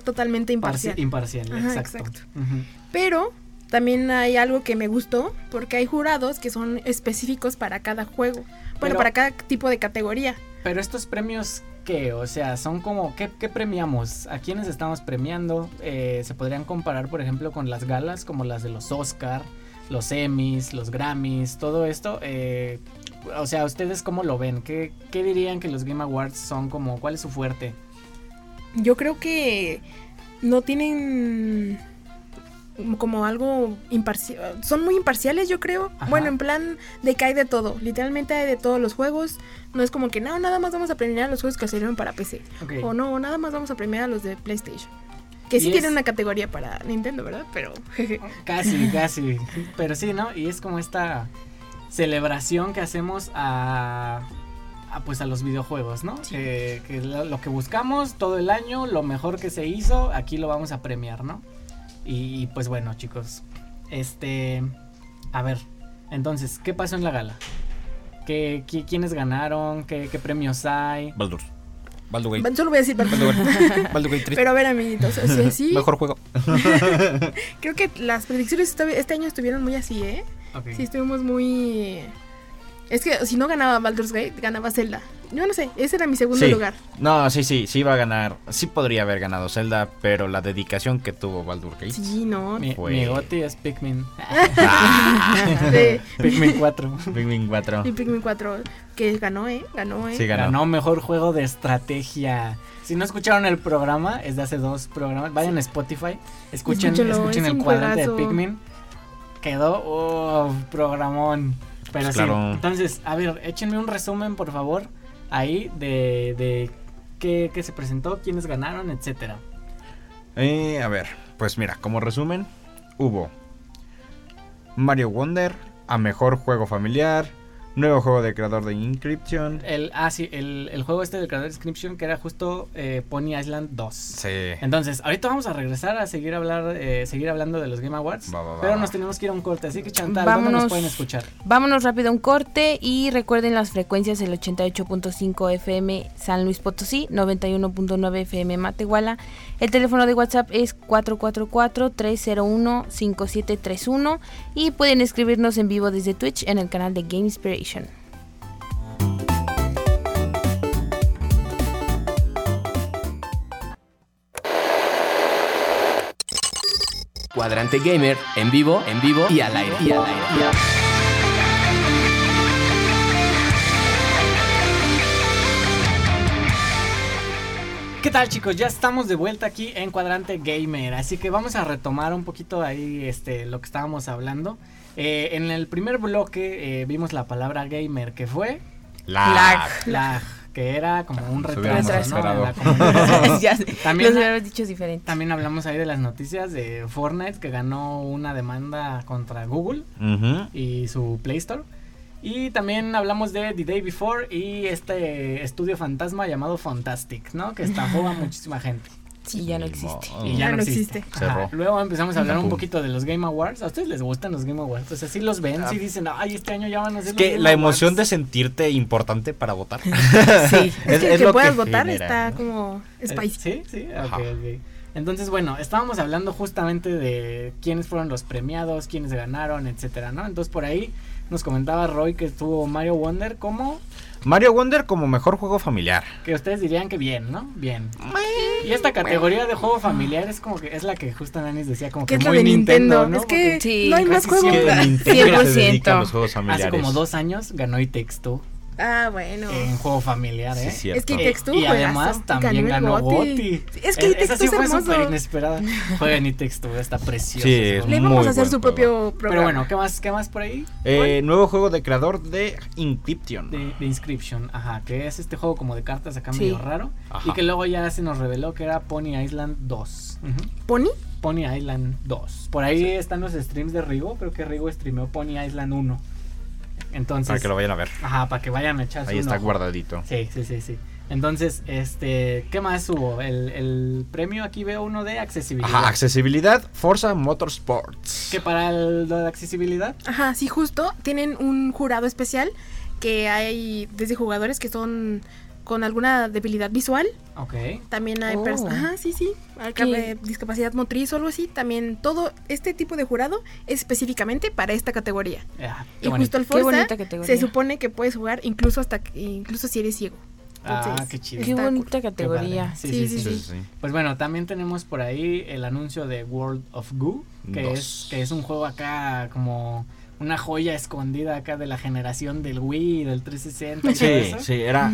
[SPEAKER 1] parci-
[SPEAKER 3] totalmente imparcial.
[SPEAKER 1] Imparcial,
[SPEAKER 3] Ajá,
[SPEAKER 1] exacto.
[SPEAKER 3] exacto.
[SPEAKER 1] Ujú.
[SPEAKER 3] Pero también hay algo que me gustó, porque hay jurados que son específicos para cada juego.
[SPEAKER 1] Pero-
[SPEAKER 3] Bueno, para cada tipo de categoría.
[SPEAKER 1] Pero estos premios, ¿qué? O sea, son como, ¿qué, qué premiamos? ¿A quiénes estamos premiando? Eh, ¿Se podrían comparar, por ejemplo, con las galas como las de los Oscar, los Emmys, los Grammys, todo esto? Eh, o sea, ¿ustedes cómo lo ven? ¿Qué, ¿Qué dirían que los Game Awards son como? ¿Cuál es su fuerte?
[SPEAKER 3] Yo creo que no tienen como algo imparcial. Son muy imparciales, yo creo.
[SPEAKER 1] Ajá.
[SPEAKER 3] Bueno, en plan de que hay de todo. Literalmente hay de todos los juegos. No es como que, no, nada más vamos a premiar a los juegos que salieron para PC.
[SPEAKER 1] Ok.
[SPEAKER 3] O no, nada más vamos a premiar a los de PlayStation. Que
[SPEAKER 1] Y
[SPEAKER 3] sí
[SPEAKER 1] es- Ah,
[SPEAKER 3] tiene una categoría para Nintendo, ¿verdad? Pero, <laughs> jeje.
[SPEAKER 1] Casi, casi. Pero sí, ¿no? Y es como esta celebración que hacemos a, a, pues a los videojuegos, ¿no? Eh, que lo, lo que buscamos todo el año, lo mejor que se hizo, aquí lo vamos a premiar, ¿no? Y, y, pues bueno, chicos, este, a ver, entonces, ¿qué pasó en la gala? ¿Qué, qui- quiénes ganaron? ¿Qué, qué premios hay?
[SPEAKER 5] Baldur. Baldur Gate.
[SPEAKER 3] Solo voy a decir <laughs>
[SPEAKER 5] Baldur Gate. Baldur Gate 3.
[SPEAKER 3] Pero a ver, amiguitos, o
[SPEAKER 1] <laughs>
[SPEAKER 3] sea, sí,
[SPEAKER 5] Mejor juego.
[SPEAKER 3] creo que las predicciones esta- este año estuvieron muy así, ¿eh?
[SPEAKER 1] Ok.
[SPEAKER 3] Sí, estuvimos muy... Es que si no ganaba Baldur's Gate, ganaba Zelda. Yo no sé, ese era mi segundo
[SPEAKER 7] Sí.
[SPEAKER 3] lugar.
[SPEAKER 7] No, sí, sí, sí iba a ganar. Sí podría haber ganado Zelda, pero la dedicación que tuvo Baldur Gate.
[SPEAKER 3] Sí, no.
[SPEAKER 1] Mi,
[SPEAKER 7] Fue-
[SPEAKER 1] mi goti es Pikmin.
[SPEAKER 5] Ah,
[SPEAKER 1] <laughs>
[SPEAKER 3] De,
[SPEAKER 1] Pikmin 4.
[SPEAKER 7] Big Bang 4.
[SPEAKER 3] y Pikmin 4, que ganó, ¿eh? Ganó, ¿eh?
[SPEAKER 7] Sí ganó.
[SPEAKER 1] Ganó mejor juego de estrategia. Si no escucharon el programa, es de hace dos programas. Vayan a Spotify, escuchen,
[SPEAKER 3] Escúchalo,
[SPEAKER 1] escuchen
[SPEAKER 3] es
[SPEAKER 1] el
[SPEAKER 3] un
[SPEAKER 1] cuadrante de
[SPEAKER 3] juegazo.
[SPEAKER 1] Pikmin. Quedó oh, programón. Pero
[SPEAKER 7] Pues
[SPEAKER 1] sí.
[SPEAKER 7] claro.
[SPEAKER 1] Entonces, a ver, échenme un resumen, por favor, ahí de, de qué, qué se presentó, quiénes ganaron, etcétera.
[SPEAKER 5] Eh, a ver, pues mira, como resumen, hubo Mario Wonder a mejor juego familiar, nuevo juego de creador de Inscription.
[SPEAKER 1] El, ah, sí, el, el juego este del creador Description que era justo eh, Pony Island 2.
[SPEAKER 5] Sí.
[SPEAKER 1] Entonces, ahorita vamos a regresar a seguir hablar, eh, seguir hablando de los Game Awards,
[SPEAKER 5] Va, va, va,
[SPEAKER 1] pero
[SPEAKER 5] va.
[SPEAKER 1] nos tenemos que ir a un corte, así que Chantal, ¿dónde nos
[SPEAKER 2] Vámonos.
[SPEAKER 1] pueden escuchar?
[SPEAKER 2] Vámonos rápido a un corte y recuerden las frecuencias el 88.5 FM San Luis Potosí, 91.9 FM Matehuala. El teléfono de WhatsApp es 444-301-5731 y pueden escribirnos en vivo desde Twitch en el canal de Game Inspiration.
[SPEAKER 8] Cuadrante Gamer, en vivo, en vivo y al aire. Y al aire, y al aire.
[SPEAKER 1] ¿Qué tal chicos? Ya estamos de vuelta aquí en Cuadrante Gamer, así que vamos a retomar un poquito ahí este, lo que estábamos hablando. Eh, en el primer bloque eh, vimos la palabra gamer, que fue
[SPEAKER 5] Ah,
[SPEAKER 7] La.
[SPEAKER 1] la que era como un
[SPEAKER 5] Nos
[SPEAKER 1] retraso,
[SPEAKER 2] hubiéramos
[SPEAKER 1] ¿no? En la
[SPEAKER 5] esperado.
[SPEAKER 1] comunicación. <laughs>
[SPEAKER 2] <laughs> ya sé,
[SPEAKER 1] También-
[SPEAKER 2] los hubiéramos dicho diferente.
[SPEAKER 1] También hablamos ahí de las noticias de Fortnite que ganó una demanda contra Google
[SPEAKER 5] Ujú.
[SPEAKER 1] y su Play Store. Y también hablamos de The Day Before y este estudio fantasma llamado Fantastic, ¿no? Que <laughs> estafó a muchísima gente.
[SPEAKER 2] Sí, ya no existe.
[SPEAKER 1] <laughs> Y ya, no existe. Ajá.
[SPEAKER 7] Oh. Cerró.
[SPEAKER 1] Luego empezamos a hablar un
[SPEAKER 7] Capum.
[SPEAKER 1] poquito de los Game Awards. ¿A ustedes les gustan los Game Awards? O sea, sí los ven, sí dicen, ay, este año ya van a
[SPEAKER 7] Ah.
[SPEAKER 1] ser
[SPEAKER 7] Es
[SPEAKER 1] los
[SPEAKER 7] que
[SPEAKER 1] Game
[SPEAKER 7] la emoción de
[SPEAKER 1] Awards".
[SPEAKER 7] sentirte importante para
[SPEAKER 3] <laughs>
[SPEAKER 7] votar.
[SPEAKER 2] Sí.
[SPEAKER 3] Es, que el
[SPEAKER 7] es
[SPEAKER 3] que
[SPEAKER 7] lo
[SPEAKER 3] puedas
[SPEAKER 7] que
[SPEAKER 3] votar
[SPEAKER 7] genera,
[SPEAKER 3] está
[SPEAKER 7] ¿no?
[SPEAKER 3] como
[SPEAKER 1] Eh,
[SPEAKER 3] spicy.
[SPEAKER 1] Sí, sí, ok,
[SPEAKER 7] Ajá.
[SPEAKER 1] ok. Entonces, bueno, estábamos hablando justamente de quiénes fueron los premiados, quiénes ganaron, etcétera, ¿no? Entonces, por ahí Nos comentaba Roy que estuvo Mario Wonder como
[SPEAKER 5] Mario Wonder como mejor juego familiar.
[SPEAKER 1] que ustedes dirían que bien, ¿no? Bien. Y esta categoría de juego familiar es como que es la que justo Nanis decía como
[SPEAKER 3] Que
[SPEAKER 1] que
[SPEAKER 3] es la
[SPEAKER 1] muy
[SPEAKER 3] de Nintendo.
[SPEAKER 1] ¿no?
[SPEAKER 3] Es que
[SPEAKER 2] Sí,
[SPEAKER 3] no hay más
[SPEAKER 1] casi
[SPEAKER 3] juegos.
[SPEAKER 1] siempre
[SPEAKER 5] Nintendo se
[SPEAKER 2] 100%.
[SPEAKER 5] dedica a los juegos
[SPEAKER 1] Porque Hace
[SPEAKER 5] familiares.
[SPEAKER 1] como dos años ganó texto
[SPEAKER 3] <laughs> Ah, bueno.
[SPEAKER 1] en juego familiar,
[SPEAKER 5] Sí,
[SPEAKER 1] ¿eh?
[SPEAKER 5] es cierto.
[SPEAKER 3] Es que
[SPEAKER 1] Eh,
[SPEAKER 3] Textu
[SPEAKER 1] y además también ganó Goti.
[SPEAKER 3] Es que
[SPEAKER 1] Esa
[SPEAKER 3] Textu
[SPEAKER 1] sí
[SPEAKER 3] es
[SPEAKER 1] fue súper
[SPEAKER 3] hermoso. <laughs>
[SPEAKER 1] inesperada. Jueguen y texto, está precioso.
[SPEAKER 5] Sí,
[SPEAKER 1] ese
[SPEAKER 5] es
[SPEAKER 1] juego.
[SPEAKER 3] Le vamos
[SPEAKER 5] Muy
[SPEAKER 3] a hacer
[SPEAKER 5] buen
[SPEAKER 3] su
[SPEAKER 5] juego.
[SPEAKER 3] propio programa.
[SPEAKER 1] Pero bueno, ¿qué más, qué más por ahí?
[SPEAKER 5] Eh, nuevo juego de creador de Encryption.
[SPEAKER 1] De, de Inscription, ajá, que es este juego como de cartas acá
[SPEAKER 2] Sí.
[SPEAKER 1] medio raro.
[SPEAKER 5] Ajá.
[SPEAKER 1] Y que luego ya se nos reveló que era Pony Island 2. Ujú.
[SPEAKER 3] ¿Pony?
[SPEAKER 1] Pony Island 2. Por ahí están los streams de Rigo. Creo que Rigo streameó Pony Island 1. Entonces.
[SPEAKER 5] Para que lo vayan a ver.
[SPEAKER 1] Ajá, para que vayan a echarse
[SPEAKER 5] Ahí
[SPEAKER 1] un
[SPEAKER 5] está
[SPEAKER 1] ojo.
[SPEAKER 5] guardadito.
[SPEAKER 1] Sí, sí, sí, sí. Entonces, este, ¿qué más hubo? El, el premio aquí veo uno de accesibilidad.
[SPEAKER 5] Ajá, accesibilidad Forza Motorsports.
[SPEAKER 1] que para el- lo de accesibilidad,
[SPEAKER 3] Ajá, sí, justo. Tienen un jurado especial que hay desde jugadores que son con alguna debilidad visual.
[SPEAKER 1] ok.
[SPEAKER 3] También hay
[SPEAKER 2] Oh.
[SPEAKER 3] personas. Ajá, sí, sí. acá
[SPEAKER 2] Sí.
[SPEAKER 3] de discapacidad motriz o algo así. También todo este tipo de jurado es específicamente para esta categoría.
[SPEAKER 1] Ah, qué
[SPEAKER 3] Y
[SPEAKER 1] bonito.
[SPEAKER 3] justo el
[SPEAKER 2] Qué
[SPEAKER 3] Forza
[SPEAKER 2] bonita categoría.
[SPEAKER 3] se supone que puedes jugar incluso hasta que- incluso si eres ciego.
[SPEAKER 1] Ah,
[SPEAKER 3] entonces,
[SPEAKER 1] qué chido.
[SPEAKER 2] Qué
[SPEAKER 3] Está
[SPEAKER 2] bonita
[SPEAKER 1] Qué padre.
[SPEAKER 2] categoría.
[SPEAKER 1] Sí, sí, sí,
[SPEAKER 3] Sí, sí,
[SPEAKER 1] Pues bueno, también tenemos por ahí el anuncio de World of Goo, que
[SPEAKER 5] Dos.
[SPEAKER 1] es, que es un juego acá como una joya escondida acá de la generación del Wii, del 360. y todo
[SPEAKER 5] Sí,
[SPEAKER 1] eso.
[SPEAKER 3] <laughs>
[SPEAKER 5] sí, era.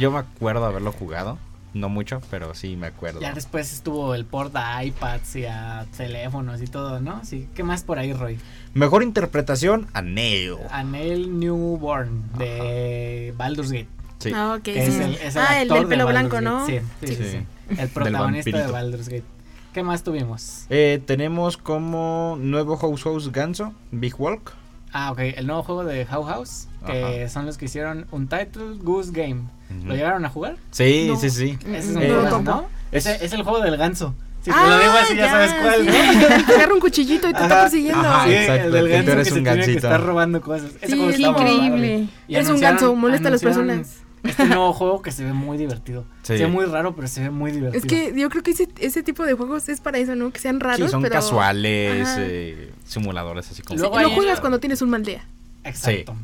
[SPEAKER 5] Yo me acuerdo haberlo jugado. No mucho, pero sí me acuerdo.
[SPEAKER 1] Ya después estuvo el port a iPads y a teléfonos y todo, ¿no? Sí, ¿qué más por ahí, Roy?
[SPEAKER 5] Mejor interpretación a Neo.
[SPEAKER 1] A Neil Newborn de Baldur's Gate.
[SPEAKER 5] Sí.
[SPEAKER 3] Ah, ok.
[SPEAKER 1] que es
[SPEAKER 3] sí.
[SPEAKER 1] el, es el
[SPEAKER 3] ah, el
[SPEAKER 1] actor de
[SPEAKER 3] del pelo
[SPEAKER 1] Baldur's
[SPEAKER 3] blanco, ¿no?
[SPEAKER 1] Gate. Sí, sí, sí,
[SPEAKER 5] Sí.
[SPEAKER 1] sí. El protagonista de
[SPEAKER 5] vampirito.
[SPEAKER 1] Baldur's Gate. ¿Qué más tuvimos?
[SPEAKER 5] Eh, tenemos como nuevo House House Ganso, Big Walk.
[SPEAKER 1] Ah, ok, el nuevo juego de How House, que son los que hicieron un Title Goose Game. ¿Lo
[SPEAKER 5] Ujú.
[SPEAKER 1] llegaron a jugar?
[SPEAKER 5] Sí,
[SPEAKER 3] No.
[SPEAKER 5] sí, sí.
[SPEAKER 1] Ese es un
[SPEAKER 5] Eh,
[SPEAKER 1] juego,
[SPEAKER 5] no
[SPEAKER 1] ¿no?
[SPEAKER 5] lo
[SPEAKER 1] Es,
[SPEAKER 5] Es-
[SPEAKER 1] es el juego del ganso. Si te
[SPEAKER 3] Ah,
[SPEAKER 1] lo digo así, ya, sabes cuál, ¿no?
[SPEAKER 3] sí, que
[SPEAKER 1] <laughs>
[SPEAKER 3] te agarra un cuchillito y <laughs> te está
[SPEAKER 1] Ajá,
[SPEAKER 3] persiguiendo.
[SPEAKER 5] ajá,
[SPEAKER 1] Sí,
[SPEAKER 5] exacto,
[SPEAKER 1] el del
[SPEAKER 5] que tú
[SPEAKER 1] ganso que
[SPEAKER 5] eres
[SPEAKER 1] se
[SPEAKER 5] un
[SPEAKER 1] tiene que
[SPEAKER 5] gansito.
[SPEAKER 1] estar robando cosas. Ese
[SPEAKER 3] Sí,
[SPEAKER 1] juego
[SPEAKER 3] es
[SPEAKER 1] está muy
[SPEAKER 3] increíble.
[SPEAKER 1] padre. Y
[SPEAKER 3] Es un
[SPEAKER 1] anunciaron-
[SPEAKER 3] ganso, molesta a las
[SPEAKER 1] anunciaron
[SPEAKER 3] personas.
[SPEAKER 1] Este nuevo juego que se ve muy divertido.
[SPEAKER 5] Sí.
[SPEAKER 1] Se ve muy raro, pero se ve muy divertido.
[SPEAKER 3] Es que yo creo que ese, ese tipo de juegos es para eso, ¿no? Que sean raros.
[SPEAKER 5] Sí, son
[SPEAKER 3] pero
[SPEAKER 5] casuales,
[SPEAKER 3] Ajá.
[SPEAKER 5] eh, simuladores así como.
[SPEAKER 1] Luego
[SPEAKER 3] lo
[SPEAKER 1] hay-
[SPEAKER 3] juegas cuando tienes un mal día.
[SPEAKER 1] Exacto.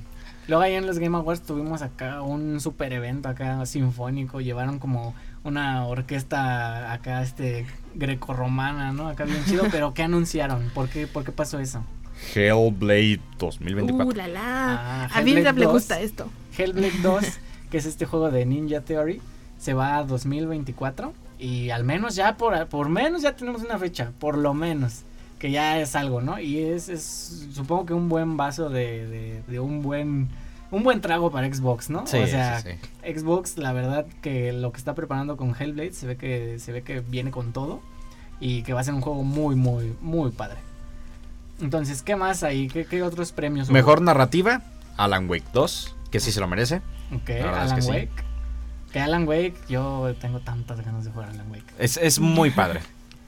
[SPEAKER 1] Luego ahí en los Game Awards tuvimos acá un super evento acá sinfónico, llevaron como una orquesta acá este grecorromana, ¿no? Acá bien
[SPEAKER 5] <laughs>
[SPEAKER 1] chido, pero ¿qué anunciaron? ¿Por qué, por qué pasó eso?
[SPEAKER 5] Hellblade
[SPEAKER 3] Uh,
[SPEAKER 5] 2024.
[SPEAKER 3] la la.
[SPEAKER 1] Ah,
[SPEAKER 3] a Biblia
[SPEAKER 1] Hellblade
[SPEAKER 3] le
[SPEAKER 1] 2.
[SPEAKER 3] gusta esto.
[SPEAKER 1] Hellblade 2, que es este juego de Ninja Theory, se va a 2024 y al menos ya por, por menos ya tenemos una fecha, por lo menos, que ya es algo, ¿no? Y es, es supongo que un buen vaso de, de- de un buen un buen trago para Xbox, ¿no?
[SPEAKER 5] Sí,
[SPEAKER 1] o sea,
[SPEAKER 5] sí, sí.
[SPEAKER 1] Xbox, la verdad que lo que está preparando con Hellblade se ve que se ve que viene con todo y que va a ser un juego muy muy muy padre. Entonces, ¿qué más hay? ¿Qué, qué otros premios? hubo?
[SPEAKER 5] Mejor narrativa, Alan Wake 2, que sí se lo merece.
[SPEAKER 1] Ok,
[SPEAKER 5] La verdad es
[SPEAKER 1] Alan
[SPEAKER 5] que sí.
[SPEAKER 1] Wake. Que Alan Wake, yo tengo tantas ganas de jugar a Alan Wake.
[SPEAKER 5] Es, es muy padre.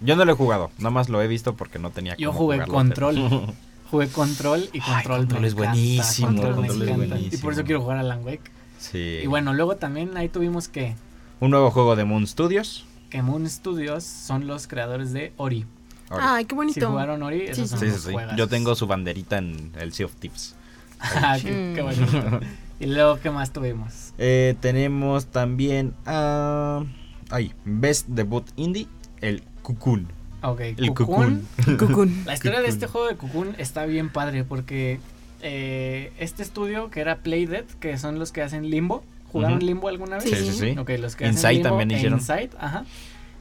[SPEAKER 5] Yo no lo he jugado, nada más lo he visto porque no tenía
[SPEAKER 1] Yo
[SPEAKER 5] cómo
[SPEAKER 1] jugué
[SPEAKER 5] jugarlo.
[SPEAKER 1] Control. <laughs> Jugué Control y Control,
[SPEAKER 5] Control
[SPEAKER 1] me
[SPEAKER 5] es
[SPEAKER 1] encanta,
[SPEAKER 5] buenísimo,
[SPEAKER 1] Control me
[SPEAKER 5] Control es
[SPEAKER 1] encanta, Y por
[SPEAKER 5] buenísimo.
[SPEAKER 1] eso quiero jugar a Alan Wake.
[SPEAKER 5] Sí.
[SPEAKER 1] Y bueno, luego también ahí tuvimos que,
[SPEAKER 5] Un nuevo juego de Moon Studios.
[SPEAKER 1] que Moon Studios son los creadores de Ori.
[SPEAKER 5] Ahora,
[SPEAKER 3] Ay, qué
[SPEAKER 1] Si
[SPEAKER 3] bonito.
[SPEAKER 1] jugaron Ori, esos
[SPEAKER 3] Sí,
[SPEAKER 1] son
[SPEAKER 5] sí,
[SPEAKER 1] los
[SPEAKER 5] sí, sí.
[SPEAKER 1] juegazos.
[SPEAKER 5] Yo tengo su banderita en el Sea of Tips.
[SPEAKER 1] <laughs> Ah, qué,
[SPEAKER 5] Mm.
[SPEAKER 1] qué
[SPEAKER 5] <laughs>
[SPEAKER 1] bonito. Y luego, ¿qué más tuvimos?
[SPEAKER 5] Eh, tenemos también ah, ay, Best Debut Indie, el Cocoon.
[SPEAKER 1] Ok,
[SPEAKER 5] El
[SPEAKER 1] Cocoon.
[SPEAKER 5] Cocoon.
[SPEAKER 1] <laughs>
[SPEAKER 2] Cucún.
[SPEAKER 1] La historia de
[SPEAKER 5] Cocoon.
[SPEAKER 1] este juego de Cocoon está bien padre porque eh, este estudio que era Playdead, que son los que hacen Limbo, ¿jugaron
[SPEAKER 5] Ujú.
[SPEAKER 1] Limbo alguna vez?
[SPEAKER 5] Sí, sí, sí.
[SPEAKER 1] Ok, los que
[SPEAKER 5] Inside
[SPEAKER 1] hacen Limbo
[SPEAKER 5] también
[SPEAKER 1] e
[SPEAKER 5] hicieron.
[SPEAKER 1] Inside, ajá.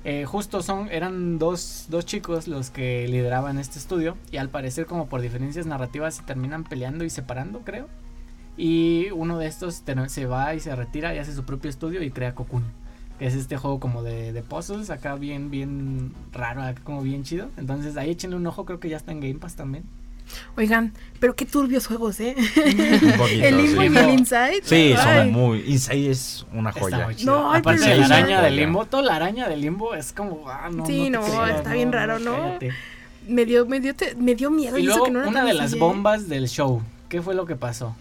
[SPEAKER 1] Eh, justo son, eran dos, dos chicos los que lideraban este estudio y al parecer como por diferencias narrativas se terminan peleando y separando, creo. Y uno de estos te- se va y se retira y hace su propio estudio y crea Cocoon. Que es este juego como de, de puzzles, acá bien, bien raro, acá como bien chido. Entonces ahí échenle un ojo, creo que ya está en Game Pass también.
[SPEAKER 3] Oigan, pero qué turbios juegos, ¿eh.
[SPEAKER 5] Un
[SPEAKER 3] <laughs>
[SPEAKER 5] poquito,
[SPEAKER 3] el Limbo
[SPEAKER 5] sí.
[SPEAKER 3] y el Inside.
[SPEAKER 5] Sí, son
[SPEAKER 3] Ay,
[SPEAKER 5] muy. Inside es una
[SPEAKER 1] Está
[SPEAKER 5] joya.
[SPEAKER 1] muy chido.
[SPEAKER 3] No, ay,
[SPEAKER 1] Aparte
[SPEAKER 3] pero
[SPEAKER 1] de la
[SPEAKER 3] sí,
[SPEAKER 1] araña
[SPEAKER 5] sí.
[SPEAKER 1] de limbo, toda la araña de limbo es como, ah, no.
[SPEAKER 3] Sí,
[SPEAKER 1] te
[SPEAKER 3] no,
[SPEAKER 1] creas,
[SPEAKER 3] está bien raro, ¿no?
[SPEAKER 1] cállate.
[SPEAKER 3] Me dio, me dio, te- me dio miedo
[SPEAKER 1] Y
[SPEAKER 3] eso
[SPEAKER 1] luego
[SPEAKER 3] que no era
[SPEAKER 1] una
[SPEAKER 3] tan
[SPEAKER 1] de
[SPEAKER 3] así,
[SPEAKER 1] las
[SPEAKER 3] ¿eh?
[SPEAKER 1] bombas del show. ¿Qué fue lo que pasó?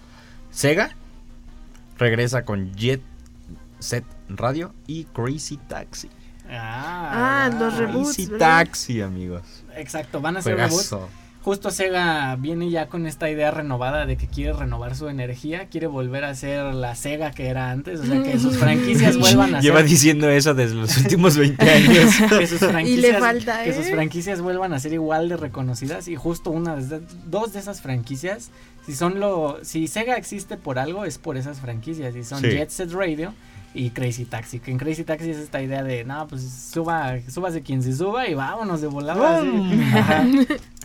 [SPEAKER 5] Sega regresa con Jet Set Radio y Crazy Taxi.
[SPEAKER 1] Ah,
[SPEAKER 3] Ah, los
[SPEAKER 1] ah,
[SPEAKER 3] reboots.
[SPEAKER 5] Crazy
[SPEAKER 3] ¿verdad?
[SPEAKER 5] Taxi, amigos.
[SPEAKER 1] Exacto, van a ser reboots.
[SPEAKER 5] Juegazo.
[SPEAKER 1] Justo Sega viene ya con esta idea renovada de que quiere renovar su energía, quiere volver a ser la Sega que era antes, o sea, que sus
[SPEAKER 5] <laughs>
[SPEAKER 1] franquicias vuelvan a
[SPEAKER 5] Lleva
[SPEAKER 1] ser
[SPEAKER 5] diciendo eso desde los últimos 20 años.
[SPEAKER 1] <laughs> que
[SPEAKER 3] <laughs>
[SPEAKER 1] sus franquicias,
[SPEAKER 3] falta,
[SPEAKER 1] que sus
[SPEAKER 3] ¿eh?
[SPEAKER 1] franquicias vuelvan a ser igual de reconocidas y justo una de esas- dos de esas franquicias si son lo si Sega existe por algo es por esas franquicias y son
[SPEAKER 9] Sí.
[SPEAKER 1] Jet Set Radio y Crazy Taxi que en Crazy Taxi es esta idea de no pues suba súbase quien se suba y vámonos de volada así. Ajá.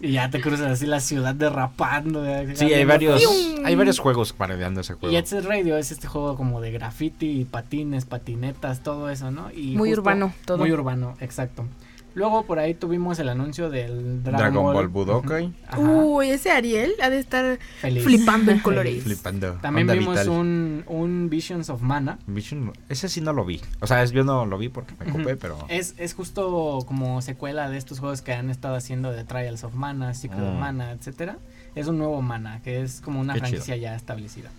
[SPEAKER 1] y ya te cruzas así la ciudad derrapando eh,
[SPEAKER 5] Sí, hay
[SPEAKER 1] haciendo-
[SPEAKER 5] varios, hay varios juegos parodiando ese
[SPEAKER 1] y
[SPEAKER 5] juego.
[SPEAKER 1] Jet Set Radio es este juego como de graffiti, patines, patinetas, todo eso, ¿no? Y
[SPEAKER 2] Muy
[SPEAKER 1] justo-
[SPEAKER 2] urbano todo.
[SPEAKER 1] Muy urbano, exacto. Luego por ahí tuvimos el anuncio del Dragon,
[SPEAKER 5] Dragon Ball Budokai.
[SPEAKER 1] Ujú, ajá,
[SPEAKER 2] Uh,
[SPEAKER 3] Uy, ese Ariel ha de estar
[SPEAKER 1] feliz.
[SPEAKER 3] flipando en
[SPEAKER 5] <laughs>
[SPEAKER 1] Feliz.
[SPEAKER 3] colores.
[SPEAKER 5] Flipando.
[SPEAKER 1] También
[SPEAKER 5] Onda
[SPEAKER 1] vimos
[SPEAKER 5] vital.
[SPEAKER 1] un, un Visions of Mana.
[SPEAKER 5] Vision- Ese sí no lo vi. O sea, es- yo no lo vi porque me copé,
[SPEAKER 1] Ujú.
[SPEAKER 5] pero.
[SPEAKER 1] Es, es justo como secuela de estos juegos que han estado haciendo de Trials of Mana, Secret of
[SPEAKER 5] Mm.
[SPEAKER 1] Mana, etcétera. Es un nuevo Mana, que es como una
[SPEAKER 5] Qué chido.
[SPEAKER 1] franquicia ya establecida.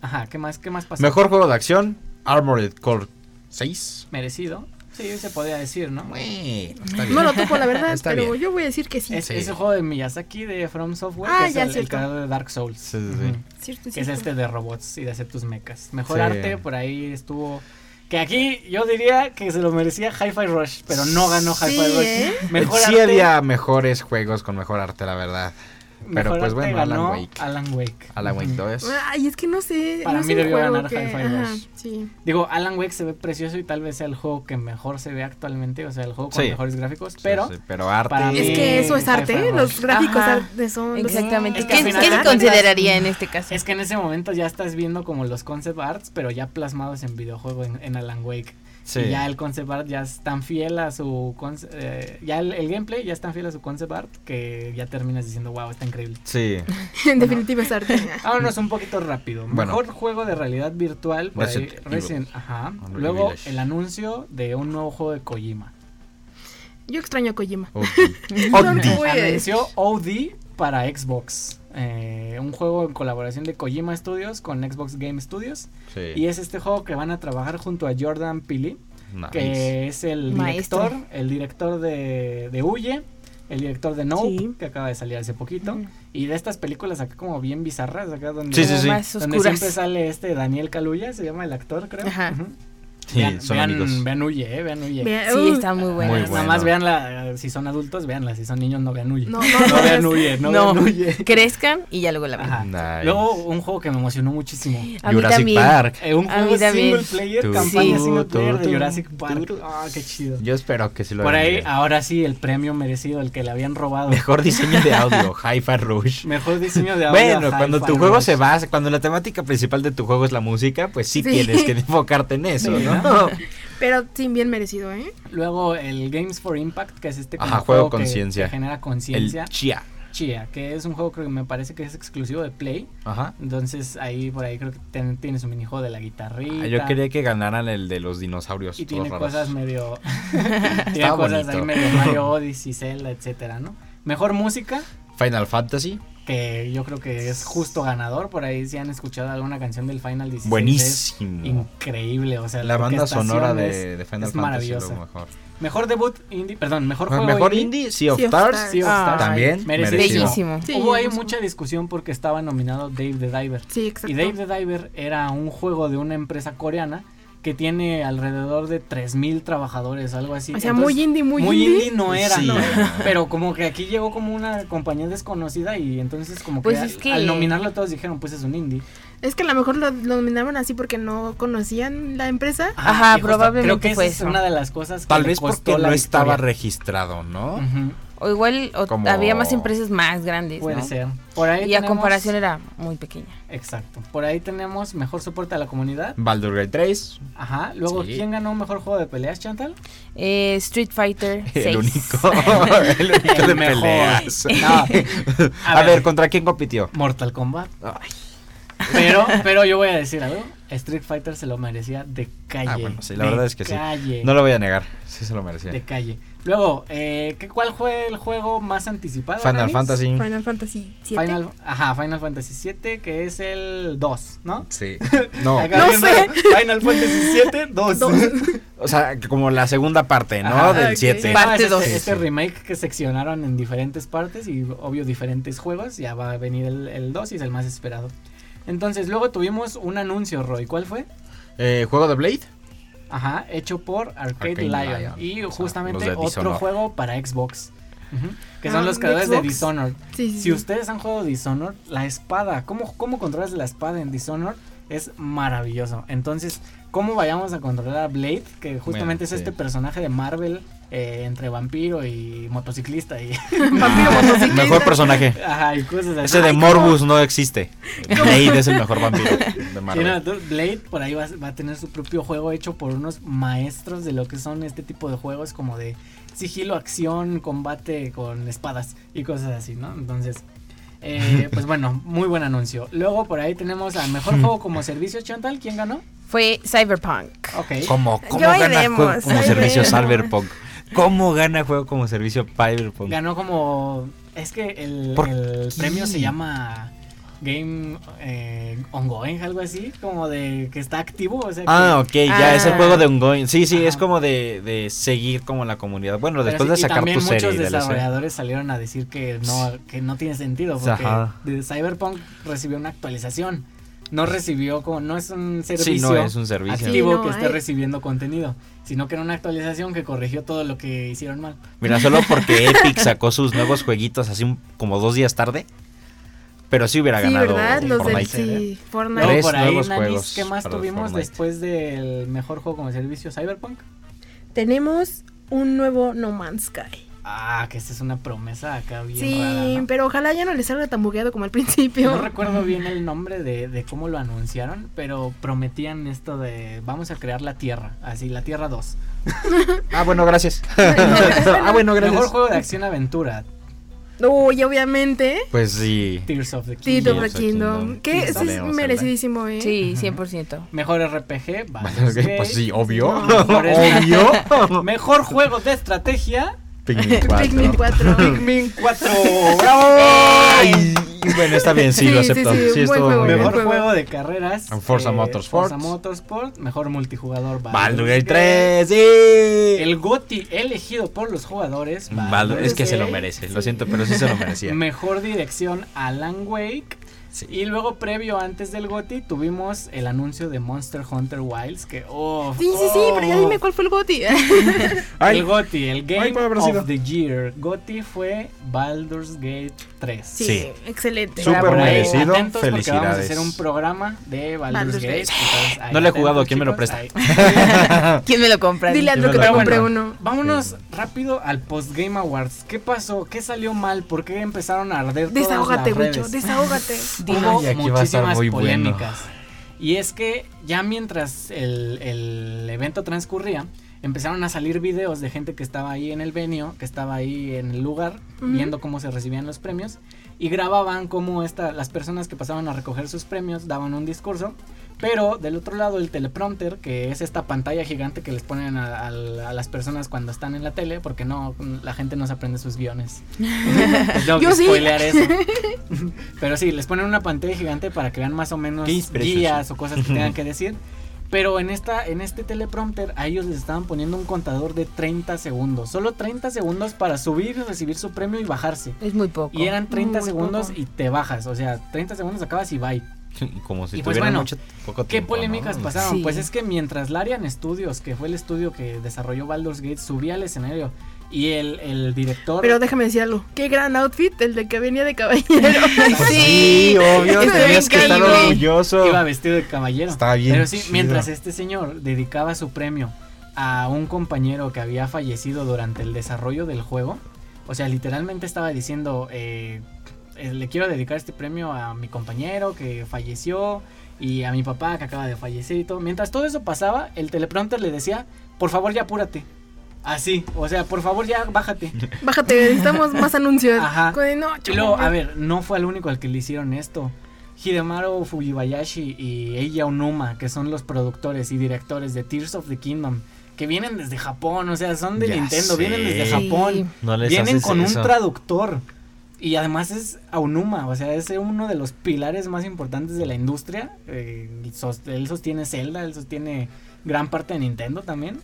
[SPEAKER 1] Ajá, ¿qué más, qué más pasó?
[SPEAKER 5] Mejor juego de acción: Armored Core 6.
[SPEAKER 1] Merecido. Sí, se podría decir, ¿no?
[SPEAKER 5] Bueno, está bien.
[SPEAKER 3] No lo topo, la verdad,
[SPEAKER 5] <laughs> Está
[SPEAKER 3] pero
[SPEAKER 5] bien.
[SPEAKER 3] yo voy a decir que sí.
[SPEAKER 1] Es,
[SPEAKER 5] Sí.
[SPEAKER 1] es el juego de Miyazaki de From Software,
[SPEAKER 3] Ah,
[SPEAKER 1] que es
[SPEAKER 3] ya,
[SPEAKER 1] el, el
[SPEAKER 3] cierto.
[SPEAKER 1] creador de Dark Souls.
[SPEAKER 5] Sí, sí, sí.
[SPEAKER 1] Ujú.
[SPEAKER 3] Cierto,
[SPEAKER 1] Que es
[SPEAKER 3] cierto.
[SPEAKER 1] este de robots y de hacer tus mecas. Mejor
[SPEAKER 5] Sí.
[SPEAKER 1] arte, por ahí estuvo. Que aquí yo diría que se lo merecía Hi-Fi Rush, pero no ganó Hi-Fi
[SPEAKER 3] Sí,
[SPEAKER 1] Rush.
[SPEAKER 3] ¿eh?
[SPEAKER 1] Mejor
[SPEAKER 5] sí
[SPEAKER 1] arte,
[SPEAKER 5] había mejores juegos con mejor arte, la verdad.
[SPEAKER 1] mejor
[SPEAKER 5] pues
[SPEAKER 1] arte
[SPEAKER 5] bueno, Alan
[SPEAKER 1] ganó
[SPEAKER 5] Wake.
[SPEAKER 1] Alan Wake.
[SPEAKER 5] Alan Wake
[SPEAKER 1] Ujú. Ah,
[SPEAKER 5] 2.
[SPEAKER 3] Ay, es que no sé.
[SPEAKER 1] Para
[SPEAKER 3] no es
[SPEAKER 1] mí
[SPEAKER 3] un
[SPEAKER 1] debió
[SPEAKER 3] juego
[SPEAKER 1] ganar
[SPEAKER 3] que-
[SPEAKER 1] Hi-Fi
[SPEAKER 3] ajá,
[SPEAKER 1] Rush.
[SPEAKER 3] Sí.
[SPEAKER 1] Digo, Alan Wake se ve precioso y tal vez sea el juego que mejor se ve actualmente, o sea, el juego con
[SPEAKER 5] Sí.
[SPEAKER 1] mejores gráficos,
[SPEAKER 5] Sí,
[SPEAKER 1] pero
[SPEAKER 5] sí, pero arte.
[SPEAKER 1] para mí-
[SPEAKER 3] Es que eso es arte,
[SPEAKER 1] Hi-Fi
[SPEAKER 3] ¿eh?
[SPEAKER 1] Rush.
[SPEAKER 3] los gráficos
[SPEAKER 2] Ajá,
[SPEAKER 3] ar- de son. los-
[SPEAKER 2] Exactamente.
[SPEAKER 1] Es que
[SPEAKER 2] ¿Qué,
[SPEAKER 1] al final
[SPEAKER 2] qué
[SPEAKER 1] de
[SPEAKER 2] se
[SPEAKER 1] cuentas-
[SPEAKER 2] consideraría en este caso?
[SPEAKER 1] Es que en ese momento ya estás viendo como los concept arts, pero ya plasmados en videojuego en, en Alan Wake.
[SPEAKER 5] Sí.
[SPEAKER 1] Y ya el concept art ya es tan fiel a su. conce- eh, ya el, el gameplay ya es tan fiel a su concept art que ya terminas diciendo, wow, está increíble. <laughs>
[SPEAKER 5] Sí.
[SPEAKER 3] <laughs> En definitiva es arte.
[SPEAKER 1] Vámonos un poquito rápido.
[SPEAKER 5] Bueno.
[SPEAKER 1] Mejor juego de realidad virtual. por ahí,
[SPEAKER 5] Resident Evil.
[SPEAKER 1] Resident- ajá.
[SPEAKER 5] Evil
[SPEAKER 1] Luego
[SPEAKER 5] Village.
[SPEAKER 1] el anuncio de un nuevo juego de Kojima.
[SPEAKER 3] Yo extraño a Kojima.
[SPEAKER 5] Ok.
[SPEAKER 3] No lo voy a
[SPEAKER 1] Ah,
[SPEAKER 3] decir.
[SPEAKER 1] Anunció OD para Xbox. eh, un juego en colaboración de Kojima Studios con Xbox Game Studios.
[SPEAKER 5] Sí.
[SPEAKER 1] Y es este juego que van a trabajar junto a Jordan Peele.
[SPEAKER 5] Nice.
[SPEAKER 1] que es el
[SPEAKER 2] Maestro.
[SPEAKER 1] director, el director de, de Huye, el director de Nope,
[SPEAKER 3] Sí.
[SPEAKER 1] que acaba de salir hace poquito, y de estas películas acá como bien bizarras, acá donde,
[SPEAKER 5] Sí, sí, sí.
[SPEAKER 2] Más
[SPEAKER 1] donde
[SPEAKER 2] oscuras.
[SPEAKER 1] siempre sale este Daniel Caluya, se llama el actor, creo.
[SPEAKER 3] Ajá.
[SPEAKER 1] Ujú.
[SPEAKER 5] Sí,
[SPEAKER 1] vean,
[SPEAKER 5] son
[SPEAKER 1] vean-
[SPEAKER 5] amigos.
[SPEAKER 1] vean Huye, eh, vean Huye.
[SPEAKER 3] Vea-
[SPEAKER 2] Sí,
[SPEAKER 3] uh,
[SPEAKER 2] está muy bueno.
[SPEAKER 5] Muy
[SPEAKER 1] Nada
[SPEAKER 5] bueno.
[SPEAKER 1] más veanla, eh, si son adultos, veanla, si son niños no vean Huye. <laughs>
[SPEAKER 3] No, no, no,
[SPEAKER 1] vean
[SPEAKER 3] no.
[SPEAKER 1] Huye, no,
[SPEAKER 2] No.
[SPEAKER 1] vean Huye.
[SPEAKER 2] Crezcan y ya luego
[SPEAKER 5] <laughs>
[SPEAKER 2] la ven.
[SPEAKER 1] Ajá.
[SPEAKER 5] Nice.
[SPEAKER 1] Luego un juego que me emocionó muchísimo.
[SPEAKER 2] A mí
[SPEAKER 5] Jurassic
[SPEAKER 2] también.
[SPEAKER 5] Park.
[SPEAKER 1] Eh, un
[SPEAKER 2] A mí
[SPEAKER 1] juego single
[SPEAKER 2] también.
[SPEAKER 1] player,
[SPEAKER 5] Tú,
[SPEAKER 1] campaña
[SPEAKER 2] tú,
[SPEAKER 1] single
[SPEAKER 5] tú,
[SPEAKER 1] player de
[SPEAKER 5] tú,
[SPEAKER 1] Jurassic
[SPEAKER 5] tú,
[SPEAKER 1] Park.
[SPEAKER 5] tú.
[SPEAKER 1] Ah, qué chido.
[SPEAKER 5] Yo espero que sí lo
[SPEAKER 1] Por
[SPEAKER 5] hagan
[SPEAKER 1] ahí, ah,
[SPEAKER 5] bien.
[SPEAKER 1] ahora sí, el premio merecido, el que le habían robado. <laughs>
[SPEAKER 5] Mejor diseño de audio, Hi-Fi Rush.
[SPEAKER 1] Mejor diseño de
[SPEAKER 5] <laughs>
[SPEAKER 1] audio.
[SPEAKER 5] Bueno,
[SPEAKER 1] Hi-Fi
[SPEAKER 5] cuando tu juego
[SPEAKER 1] Rush.
[SPEAKER 5] se basa, cuando la temática principal de tu juego es la música, pues sí,
[SPEAKER 3] Sí. <laughs>
[SPEAKER 5] tienes que enfocarte en eso,
[SPEAKER 1] Sí,
[SPEAKER 5] ¿no?
[SPEAKER 3] Pero sí, bien merecido, ¿eh?
[SPEAKER 1] Luego el Games for Impact, que es este como
[SPEAKER 5] Ajá, juego
[SPEAKER 1] que-
[SPEAKER 5] conciencia.
[SPEAKER 1] que genera
[SPEAKER 5] El
[SPEAKER 1] conciencia.
[SPEAKER 5] Chia.
[SPEAKER 1] Chia, que es un juego creo que me parece que es exclusivo de Play.
[SPEAKER 5] Ajá.
[SPEAKER 1] Entonces ahí por ahí creo que ten- tiene su minijuego de la guitarrita.
[SPEAKER 5] Ah, Yo quería que ganaran el de los dinosaurios.
[SPEAKER 1] Y
[SPEAKER 5] todos
[SPEAKER 1] tiene
[SPEAKER 5] raros.
[SPEAKER 1] cosas
[SPEAKER 5] <laughs>
[SPEAKER 1] medio. <laughs> tiene cosas ahí
[SPEAKER 5] bonito.
[SPEAKER 1] medio
[SPEAKER 5] <laughs>
[SPEAKER 1] Mario Odyssey, Zelda, etcétera, ¿no? Mejor música,
[SPEAKER 5] Final Fantasy.
[SPEAKER 1] que yo creo que es justo ganador. Por ahí si han escuchado alguna canción del Final 16. es
[SPEAKER 5] Buenísimo.
[SPEAKER 1] Increíble, o sea,
[SPEAKER 5] La banda
[SPEAKER 1] orquestación
[SPEAKER 5] sonora
[SPEAKER 1] es-
[SPEAKER 5] de, de Final
[SPEAKER 1] es
[SPEAKER 5] Fantasy es
[SPEAKER 1] maravillosa.
[SPEAKER 5] lo mejor.
[SPEAKER 1] Mejor debut indie, perdón, mejor juego
[SPEAKER 5] Mejor indie, Sea of
[SPEAKER 3] Sea of
[SPEAKER 5] Stars.
[SPEAKER 3] Stars.
[SPEAKER 1] Sea of
[SPEAKER 2] Ah,
[SPEAKER 1] Stars.
[SPEAKER 5] También.
[SPEAKER 1] merecido.
[SPEAKER 2] Bellísimo.
[SPEAKER 3] Sí,
[SPEAKER 1] Hubo ahí
[SPEAKER 2] pues,
[SPEAKER 3] hermoso.
[SPEAKER 1] mucha discusión porque estaba nominado Dave the Diver.
[SPEAKER 3] Sí, exacto.
[SPEAKER 1] Y Dave the Diver era un juego de una empresa coreana que tiene alrededor de 3000 trabajadores, algo así.
[SPEAKER 3] o sea,
[SPEAKER 1] Entonces,
[SPEAKER 3] muy indie, muy,
[SPEAKER 1] muy
[SPEAKER 3] indie.
[SPEAKER 1] indie no era,
[SPEAKER 5] Sí.
[SPEAKER 1] ¿no? pero como que aquí llegó como una compañía desconocida y entonces como que,
[SPEAKER 2] Pues
[SPEAKER 1] al,
[SPEAKER 2] es que-
[SPEAKER 1] al nominarlo todos dijeron, pues es un indie.
[SPEAKER 3] Es que a lo mejor lo, lo nominaron así porque no conocían la empresa.
[SPEAKER 2] Ajá,
[SPEAKER 1] y justo
[SPEAKER 2] probablemente
[SPEAKER 1] creo que esa
[SPEAKER 2] fue
[SPEAKER 1] es
[SPEAKER 2] eso.
[SPEAKER 1] una de las cosas que
[SPEAKER 5] Tal
[SPEAKER 1] le
[SPEAKER 5] vez
[SPEAKER 1] costó
[SPEAKER 5] porque
[SPEAKER 1] la
[SPEAKER 5] no estaba
[SPEAKER 1] victoria.
[SPEAKER 5] registrado, ¿no?
[SPEAKER 1] Ujú,
[SPEAKER 2] O igual o
[SPEAKER 5] Como-
[SPEAKER 2] había más empresas más grandes.
[SPEAKER 1] Puede
[SPEAKER 2] ¿no?
[SPEAKER 1] ser. Por Pues, ahí
[SPEAKER 2] Y a
[SPEAKER 1] tenemos-
[SPEAKER 2] comparación era muy pequeña.
[SPEAKER 1] Exacto. Por ahí tenemos mejor soporte a la comunidad.
[SPEAKER 5] Baldur's Gate 3,
[SPEAKER 1] Ajá. Luego,
[SPEAKER 5] Sí.
[SPEAKER 1] ¿quién ganó mejor juego de peleas, Chantal?
[SPEAKER 2] Eh, Street Fighter 6.
[SPEAKER 5] el único, <laughs> el único de
[SPEAKER 1] El mejor.
[SPEAKER 5] peleas.
[SPEAKER 1] <laughs> No.
[SPEAKER 5] A ver, ¿contra quién compitió?
[SPEAKER 1] Mortal Kombat.
[SPEAKER 5] Ay. <laughs>
[SPEAKER 1] Pero, pero yo voy a decir algo. Street Fighter se lo merecía de calle.
[SPEAKER 5] Ah, bueno, sí, la
[SPEAKER 1] de
[SPEAKER 5] verdad es que sí.
[SPEAKER 1] calle,
[SPEAKER 5] No lo voy a negar, sí se lo
[SPEAKER 1] De
[SPEAKER 5] merecía.
[SPEAKER 1] calle. Luego, eh, ¿qué, ¿cuál fue el juego más anticipado?
[SPEAKER 5] Final
[SPEAKER 1] Aramis?
[SPEAKER 5] Fantasy.
[SPEAKER 3] Final Fantasy VII.
[SPEAKER 1] Final, ajá, Final Fantasy VII, que es el 2, ¿no? <laughs>
[SPEAKER 5] Sí. No,
[SPEAKER 1] Acá
[SPEAKER 3] No
[SPEAKER 1] bien
[SPEAKER 3] sé.
[SPEAKER 1] raro, Final Fantasy VII, 2.
[SPEAKER 3] Dos.
[SPEAKER 5] <laughs> o sea, que como la segunda parte, ¿no?
[SPEAKER 1] Ajá.
[SPEAKER 3] Ok.
[SPEAKER 5] Del 7.
[SPEAKER 2] Parte
[SPEAKER 1] es este-
[SPEAKER 2] dos.
[SPEAKER 1] Este,
[SPEAKER 5] Sí, sí.
[SPEAKER 1] remake que seccionaron en diferentes partes y obvio diferentes juegos, ya va a venir el, el 2 y es el más esperado. Entonces, luego tuvimos un anuncio, Roy, ¿cuál fue?
[SPEAKER 5] Eh, ¿Juego de Blade?
[SPEAKER 1] Ajá, hecho por Arcade,
[SPEAKER 5] Arcade
[SPEAKER 1] Lion,
[SPEAKER 5] Lion,
[SPEAKER 1] y
[SPEAKER 5] o sea,
[SPEAKER 1] justamente
[SPEAKER 5] los de
[SPEAKER 1] otro
[SPEAKER 5] Dishonored.
[SPEAKER 1] juego para Xbox, Ujú, que son
[SPEAKER 3] Ah,
[SPEAKER 1] los
[SPEAKER 3] ¿de
[SPEAKER 1] creadores de
[SPEAKER 3] Xbox?
[SPEAKER 1] Dishonored.
[SPEAKER 3] Sí, sí,
[SPEAKER 1] Si
[SPEAKER 3] sí.
[SPEAKER 1] ustedes han jugado Dishonored, la espada, ¿cómo, cómo controlas la espada en Dishonored? Es maravilloso. Entonces, ¿cómo vayamos a controlar a Blade? Que justamente
[SPEAKER 5] Bueno,
[SPEAKER 1] es
[SPEAKER 5] sí.
[SPEAKER 1] este personaje de Marvel eh, entre vampiro y motociclista y, <laughs>
[SPEAKER 3] Vampiro motociclista.
[SPEAKER 5] Mejor personaje.
[SPEAKER 1] ajá, y cosas así.
[SPEAKER 5] Ese de Morbus no existe. Blade es el mejor vampiro de
[SPEAKER 1] Sí, no,
[SPEAKER 5] Marvel.
[SPEAKER 1] entonces Blade por ahí va, va a tener su propio juego hecho por unos maestros de lo que son este tipo de juegos como de sigilo, acción, combate con espadas y cosas así, ¿no? Entonces,
[SPEAKER 5] <laughs>
[SPEAKER 1] eh, pues bueno, muy buen anuncio. Luego por ahí tenemos al mejor juego como servicio, Chantal, ¿quién ganó?
[SPEAKER 2] Fue Cyberpunk.
[SPEAKER 1] Ok.
[SPEAKER 5] ¿Cómo, cómo
[SPEAKER 3] Yo ahí
[SPEAKER 5] gana
[SPEAKER 3] vemos,
[SPEAKER 5] juego como
[SPEAKER 3] ahí
[SPEAKER 5] servicio
[SPEAKER 3] vemos.
[SPEAKER 5] Cyberpunk? ¿Cómo gana juego como servicio Cyberpunk?
[SPEAKER 1] Ganó como... Es que el,
[SPEAKER 5] ¿Por
[SPEAKER 1] el
[SPEAKER 5] qué?
[SPEAKER 1] premio se llama... Game eh, ongoing, algo así, como de que está activo, o sea, que-
[SPEAKER 5] Ah, ok, ya es el
[SPEAKER 2] Ah.
[SPEAKER 5] juego de ongoing. Sí, sí, es
[SPEAKER 1] Ajá.
[SPEAKER 5] como de, de seguir como la comunidad. Bueno,
[SPEAKER 1] Pero
[SPEAKER 5] después
[SPEAKER 1] sí,
[SPEAKER 5] de
[SPEAKER 1] y
[SPEAKER 5] sacar
[SPEAKER 1] también
[SPEAKER 5] tu serie
[SPEAKER 1] muchos
[SPEAKER 5] y DLC.
[SPEAKER 1] desarrolladores salieron a decir que no, que no tiene sentido porque
[SPEAKER 5] Ajá.
[SPEAKER 1] de Cyberpunk recibió una actualización. No recibió como no es un servicio
[SPEAKER 5] Sí, no es un servicio.
[SPEAKER 1] activo
[SPEAKER 3] Sí, no, eh.
[SPEAKER 1] que esté
[SPEAKER 3] hay-
[SPEAKER 1] recibiendo contenido, sino que era una actualización que corrigió todo lo que hicieron mal.
[SPEAKER 5] Mira, solo porque Epic sacó sus nuevos jueguitos así un- como dos días tarde. Pero sí hubiera
[SPEAKER 3] Sí,
[SPEAKER 5] ganado
[SPEAKER 3] ¿verdad? Los
[SPEAKER 5] Fortnite.
[SPEAKER 3] del sí, Fortnite.
[SPEAKER 1] Luego
[SPEAKER 5] Tres
[SPEAKER 1] por ahí,
[SPEAKER 5] nuevos
[SPEAKER 1] Nanis,
[SPEAKER 5] juegos
[SPEAKER 1] ¿qué más
[SPEAKER 5] para
[SPEAKER 1] tuvimos
[SPEAKER 5] Fortnite.
[SPEAKER 1] después del mejor juego como servicio Cyberpunk?
[SPEAKER 3] Tenemos un nuevo No Man's Sky.
[SPEAKER 1] Ah, que esta es una promesa acá bien
[SPEAKER 3] sí,
[SPEAKER 1] rara, ¿no?
[SPEAKER 3] pero ojalá ya no le salga tan bugueado como al principio.
[SPEAKER 1] No recuerdo bien el nombre de, de cómo lo anunciaron, pero prometían esto de vamos a crear la Tierra, así, la Tierra 2.
[SPEAKER 5] Ah,
[SPEAKER 3] <laughs>
[SPEAKER 5] bueno, gracias.
[SPEAKER 1] <laughs>
[SPEAKER 5] ah, bueno,
[SPEAKER 1] Mejor
[SPEAKER 5] gracias.
[SPEAKER 1] juego de acción aventura,
[SPEAKER 3] Uy, obviamente.
[SPEAKER 5] Pues sí.
[SPEAKER 1] Tears of the Kingdom.
[SPEAKER 3] Tears of
[SPEAKER 5] Tears
[SPEAKER 3] the
[SPEAKER 5] of
[SPEAKER 3] Kingdom.
[SPEAKER 5] Kingdom.
[SPEAKER 3] Que
[SPEAKER 1] Tears
[SPEAKER 3] ese
[SPEAKER 1] of
[SPEAKER 3] es
[SPEAKER 5] Zelda.
[SPEAKER 3] merecidísimo, ¿eh?
[SPEAKER 2] Sí, 100%.
[SPEAKER 1] Mejor RPG, Baldur's
[SPEAKER 5] Ok,
[SPEAKER 1] Gate.
[SPEAKER 5] <laughs> pues sí, obvio.
[SPEAKER 3] No,
[SPEAKER 1] Flores-
[SPEAKER 5] <laughs>
[SPEAKER 3] <laughs>
[SPEAKER 5] obvio.
[SPEAKER 1] Mejor juego de estrategia,
[SPEAKER 5] Pikmin
[SPEAKER 3] Pikmin
[SPEAKER 5] 4.
[SPEAKER 3] 4.
[SPEAKER 1] Pikmin
[SPEAKER 5] <laughs>
[SPEAKER 1] 4.
[SPEAKER 5] Ay, bueno, está bien, sí,
[SPEAKER 3] Sí,
[SPEAKER 5] lo
[SPEAKER 3] sí,
[SPEAKER 5] acepto.
[SPEAKER 3] sí,
[SPEAKER 5] Sí,
[SPEAKER 3] buen
[SPEAKER 5] estuvo
[SPEAKER 3] juego,
[SPEAKER 5] muy bien.
[SPEAKER 1] Mejor
[SPEAKER 3] juego.
[SPEAKER 1] juego de carreras. eh,
[SPEAKER 5] Forza Motorsport.
[SPEAKER 1] Forza Motorsport. Mejor multijugador.
[SPEAKER 5] Baldur's Gate
[SPEAKER 1] Gate.
[SPEAKER 5] 3, sí.
[SPEAKER 1] El GOTI elegido por los jugadores.
[SPEAKER 5] Baldur- es que se lo
[SPEAKER 1] Gate.
[SPEAKER 5] merece, lo siento, pero sí se lo merecía.
[SPEAKER 1] Mejor dirección Alan Wake.
[SPEAKER 5] Sí.
[SPEAKER 1] Y luego, previo antes del GOTI, tuvimos el anuncio de Monster Hunter Wilds. Que, oh,
[SPEAKER 3] Sí, sí, sí, pero ya dime cuál fue el goti.
[SPEAKER 5] Ay,
[SPEAKER 1] El GOTI, el Game
[SPEAKER 5] Ay, puede haber sido.
[SPEAKER 1] of the Year. GOTI fue Baldur's Gate 3.
[SPEAKER 3] <laughs> Sí,
[SPEAKER 5] Sí.
[SPEAKER 3] excelente.
[SPEAKER 5] Súper
[SPEAKER 1] Por ahí,
[SPEAKER 5] merecido,
[SPEAKER 1] atentos porque Vamos a
[SPEAKER 5] felicidades.
[SPEAKER 1] hacer un programa de Baldur's,
[SPEAKER 3] Baldur's
[SPEAKER 1] Gate.
[SPEAKER 3] Gate.
[SPEAKER 1] entonces, ahí
[SPEAKER 5] No le he
[SPEAKER 1] atentos,
[SPEAKER 5] jugado, ¿quién me lo
[SPEAKER 1] chicos,
[SPEAKER 5] presta? <laughs>
[SPEAKER 1] ahí.
[SPEAKER 2] ¿Quién me lo compra?
[SPEAKER 3] Dile a
[SPEAKER 5] Yo
[SPEAKER 3] Lu
[SPEAKER 5] me
[SPEAKER 3] que
[SPEAKER 5] la
[SPEAKER 3] te
[SPEAKER 1] compro.
[SPEAKER 3] compré uno.
[SPEAKER 1] Vámonos rápido al Postgame Awards. ¿Qué pasó? ¿Qué salió mal? ¿Por qué empezaron a arder todas
[SPEAKER 3] Desahógate,
[SPEAKER 1] las
[SPEAKER 3] Wicho,
[SPEAKER 1] redes?
[SPEAKER 3] desahógate.
[SPEAKER 1] Hubo
[SPEAKER 5] Ay, aquí va a estar
[SPEAKER 1] muchísimas
[SPEAKER 5] muy bueno.
[SPEAKER 1] polémicas. Y es que ya mientras el, el evento transcurría, empezaron a salir videos de gente que estaba ahí en el venio, que estaba ahí en el lugar,
[SPEAKER 3] Ujú.
[SPEAKER 1] viendo cómo se recibían los premios, y grababan cómo esta, las personas que pasaban a recoger sus premios daban un discurso. Pero del otro lado el teleprompter, que es esta pantalla gigante que les ponen a, a- a las personas cuando están en la tele, porque no, la gente no se aprende sus
[SPEAKER 3] <laughs>
[SPEAKER 1] guiones. Entonces, tengo
[SPEAKER 3] Yo
[SPEAKER 1] que
[SPEAKER 3] sí.
[SPEAKER 1] spoilear eso. Pero sí, les ponen una pantalla gigante para que vean más o menos
[SPEAKER 5] Qué insprecioso.
[SPEAKER 1] guías o cosas que tengan que decir. Pero en esta, en este teleprompter, a ellos les estaban poniendo un contador de 30 segundos. Solo 30 segundos para subir, recibir su premio y bajarse.
[SPEAKER 2] Es muy poco.
[SPEAKER 1] Y eran 30
[SPEAKER 3] Muy
[SPEAKER 1] segundos
[SPEAKER 3] poco.
[SPEAKER 1] y te bajas. O sea, 30 segundos acabas y bye.
[SPEAKER 5] Y Como si
[SPEAKER 1] Y pues
[SPEAKER 5] tuviera
[SPEAKER 1] bueno,
[SPEAKER 5] mucho poco
[SPEAKER 1] ¿Qué
[SPEAKER 5] tiempo,
[SPEAKER 1] polémicas
[SPEAKER 5] Oh, ¿no?
[SPEAKER 1] pasaron?
[SPEAKER 2] Sí.
[SPEAKER 1] Pues es que mientras Larian Studios, que fue el estudio que desarrolló Baldur's Gate, subía al escenario y el, el director.
[SPEAKER 3] <laughs> Pero déjame decir algo. Qué gran outfit el de que venía
[SPEAKER 1] <laughs>
[SPEAKER 3] de caballero.
[SPEAKER 5] Pues sí, obvio,
[SPEAKER 3] Está
[SPEAKER 5] tenías
[SPEAKER 3] bien
[SPEAKER 5] que estar
[SPEAKER 3] calibre.
[SPEAKER 5] orgulloso.
[SPEAKER 1] Iba vestido de caballero.
[SPEAKER 5] Está bien
[SPEAKER 1] Pero sí,
[SPEAKER 5] chido.
[SPEAKER 1] mientras este señor dedicaba su premio a un compañero que había fallecido durante el desarrollo del juego, o sea, literalmente estaba diciendo, eh, eh, le quiero dedicar este premio a mi compañero que falleció y a mi papá que acaba de fallecer y todo. Mientras todo eso pasaba, el teleprompter le decía, por favor ya apúrate. Así, o sea, por favor ya bájate.
[SPEAKER 3] Bájate, necesitamos más anuncios.
[SPEAKER 1] Ajá.
[SPEAKER 3] Con- No,
[SPEAKER 1] Y luego, a ver, no fue al único al que le hicieron esto. Hidemaru Fujibayashi y Eiya Onuma, que son los productores y directores de Tears of the Kingdom, que vienen desde Japón, o sea, son de
[SPEAKER 7] Ya
[SPEAKER 1] Nintendo,
[SPEAKER 7] sé.
[SPEAKER 1] vienen desde
[SPEAKER 7] Sí.
[SPEAKER 1] Japón.
[SPEAKER 7] No les
[SPEAKER 1] Vienen
[SPEAKER 7] haces
[SPEAKER 1] con
[SPEAKER 7] eso.
[SPEAKER 1] un traductor. Y además es Aonuma, o sea, es uno de los pilares más importantes de la industria. Eh, sos- él sostiene Zelda, él sostiene gran parte de Nintendo también.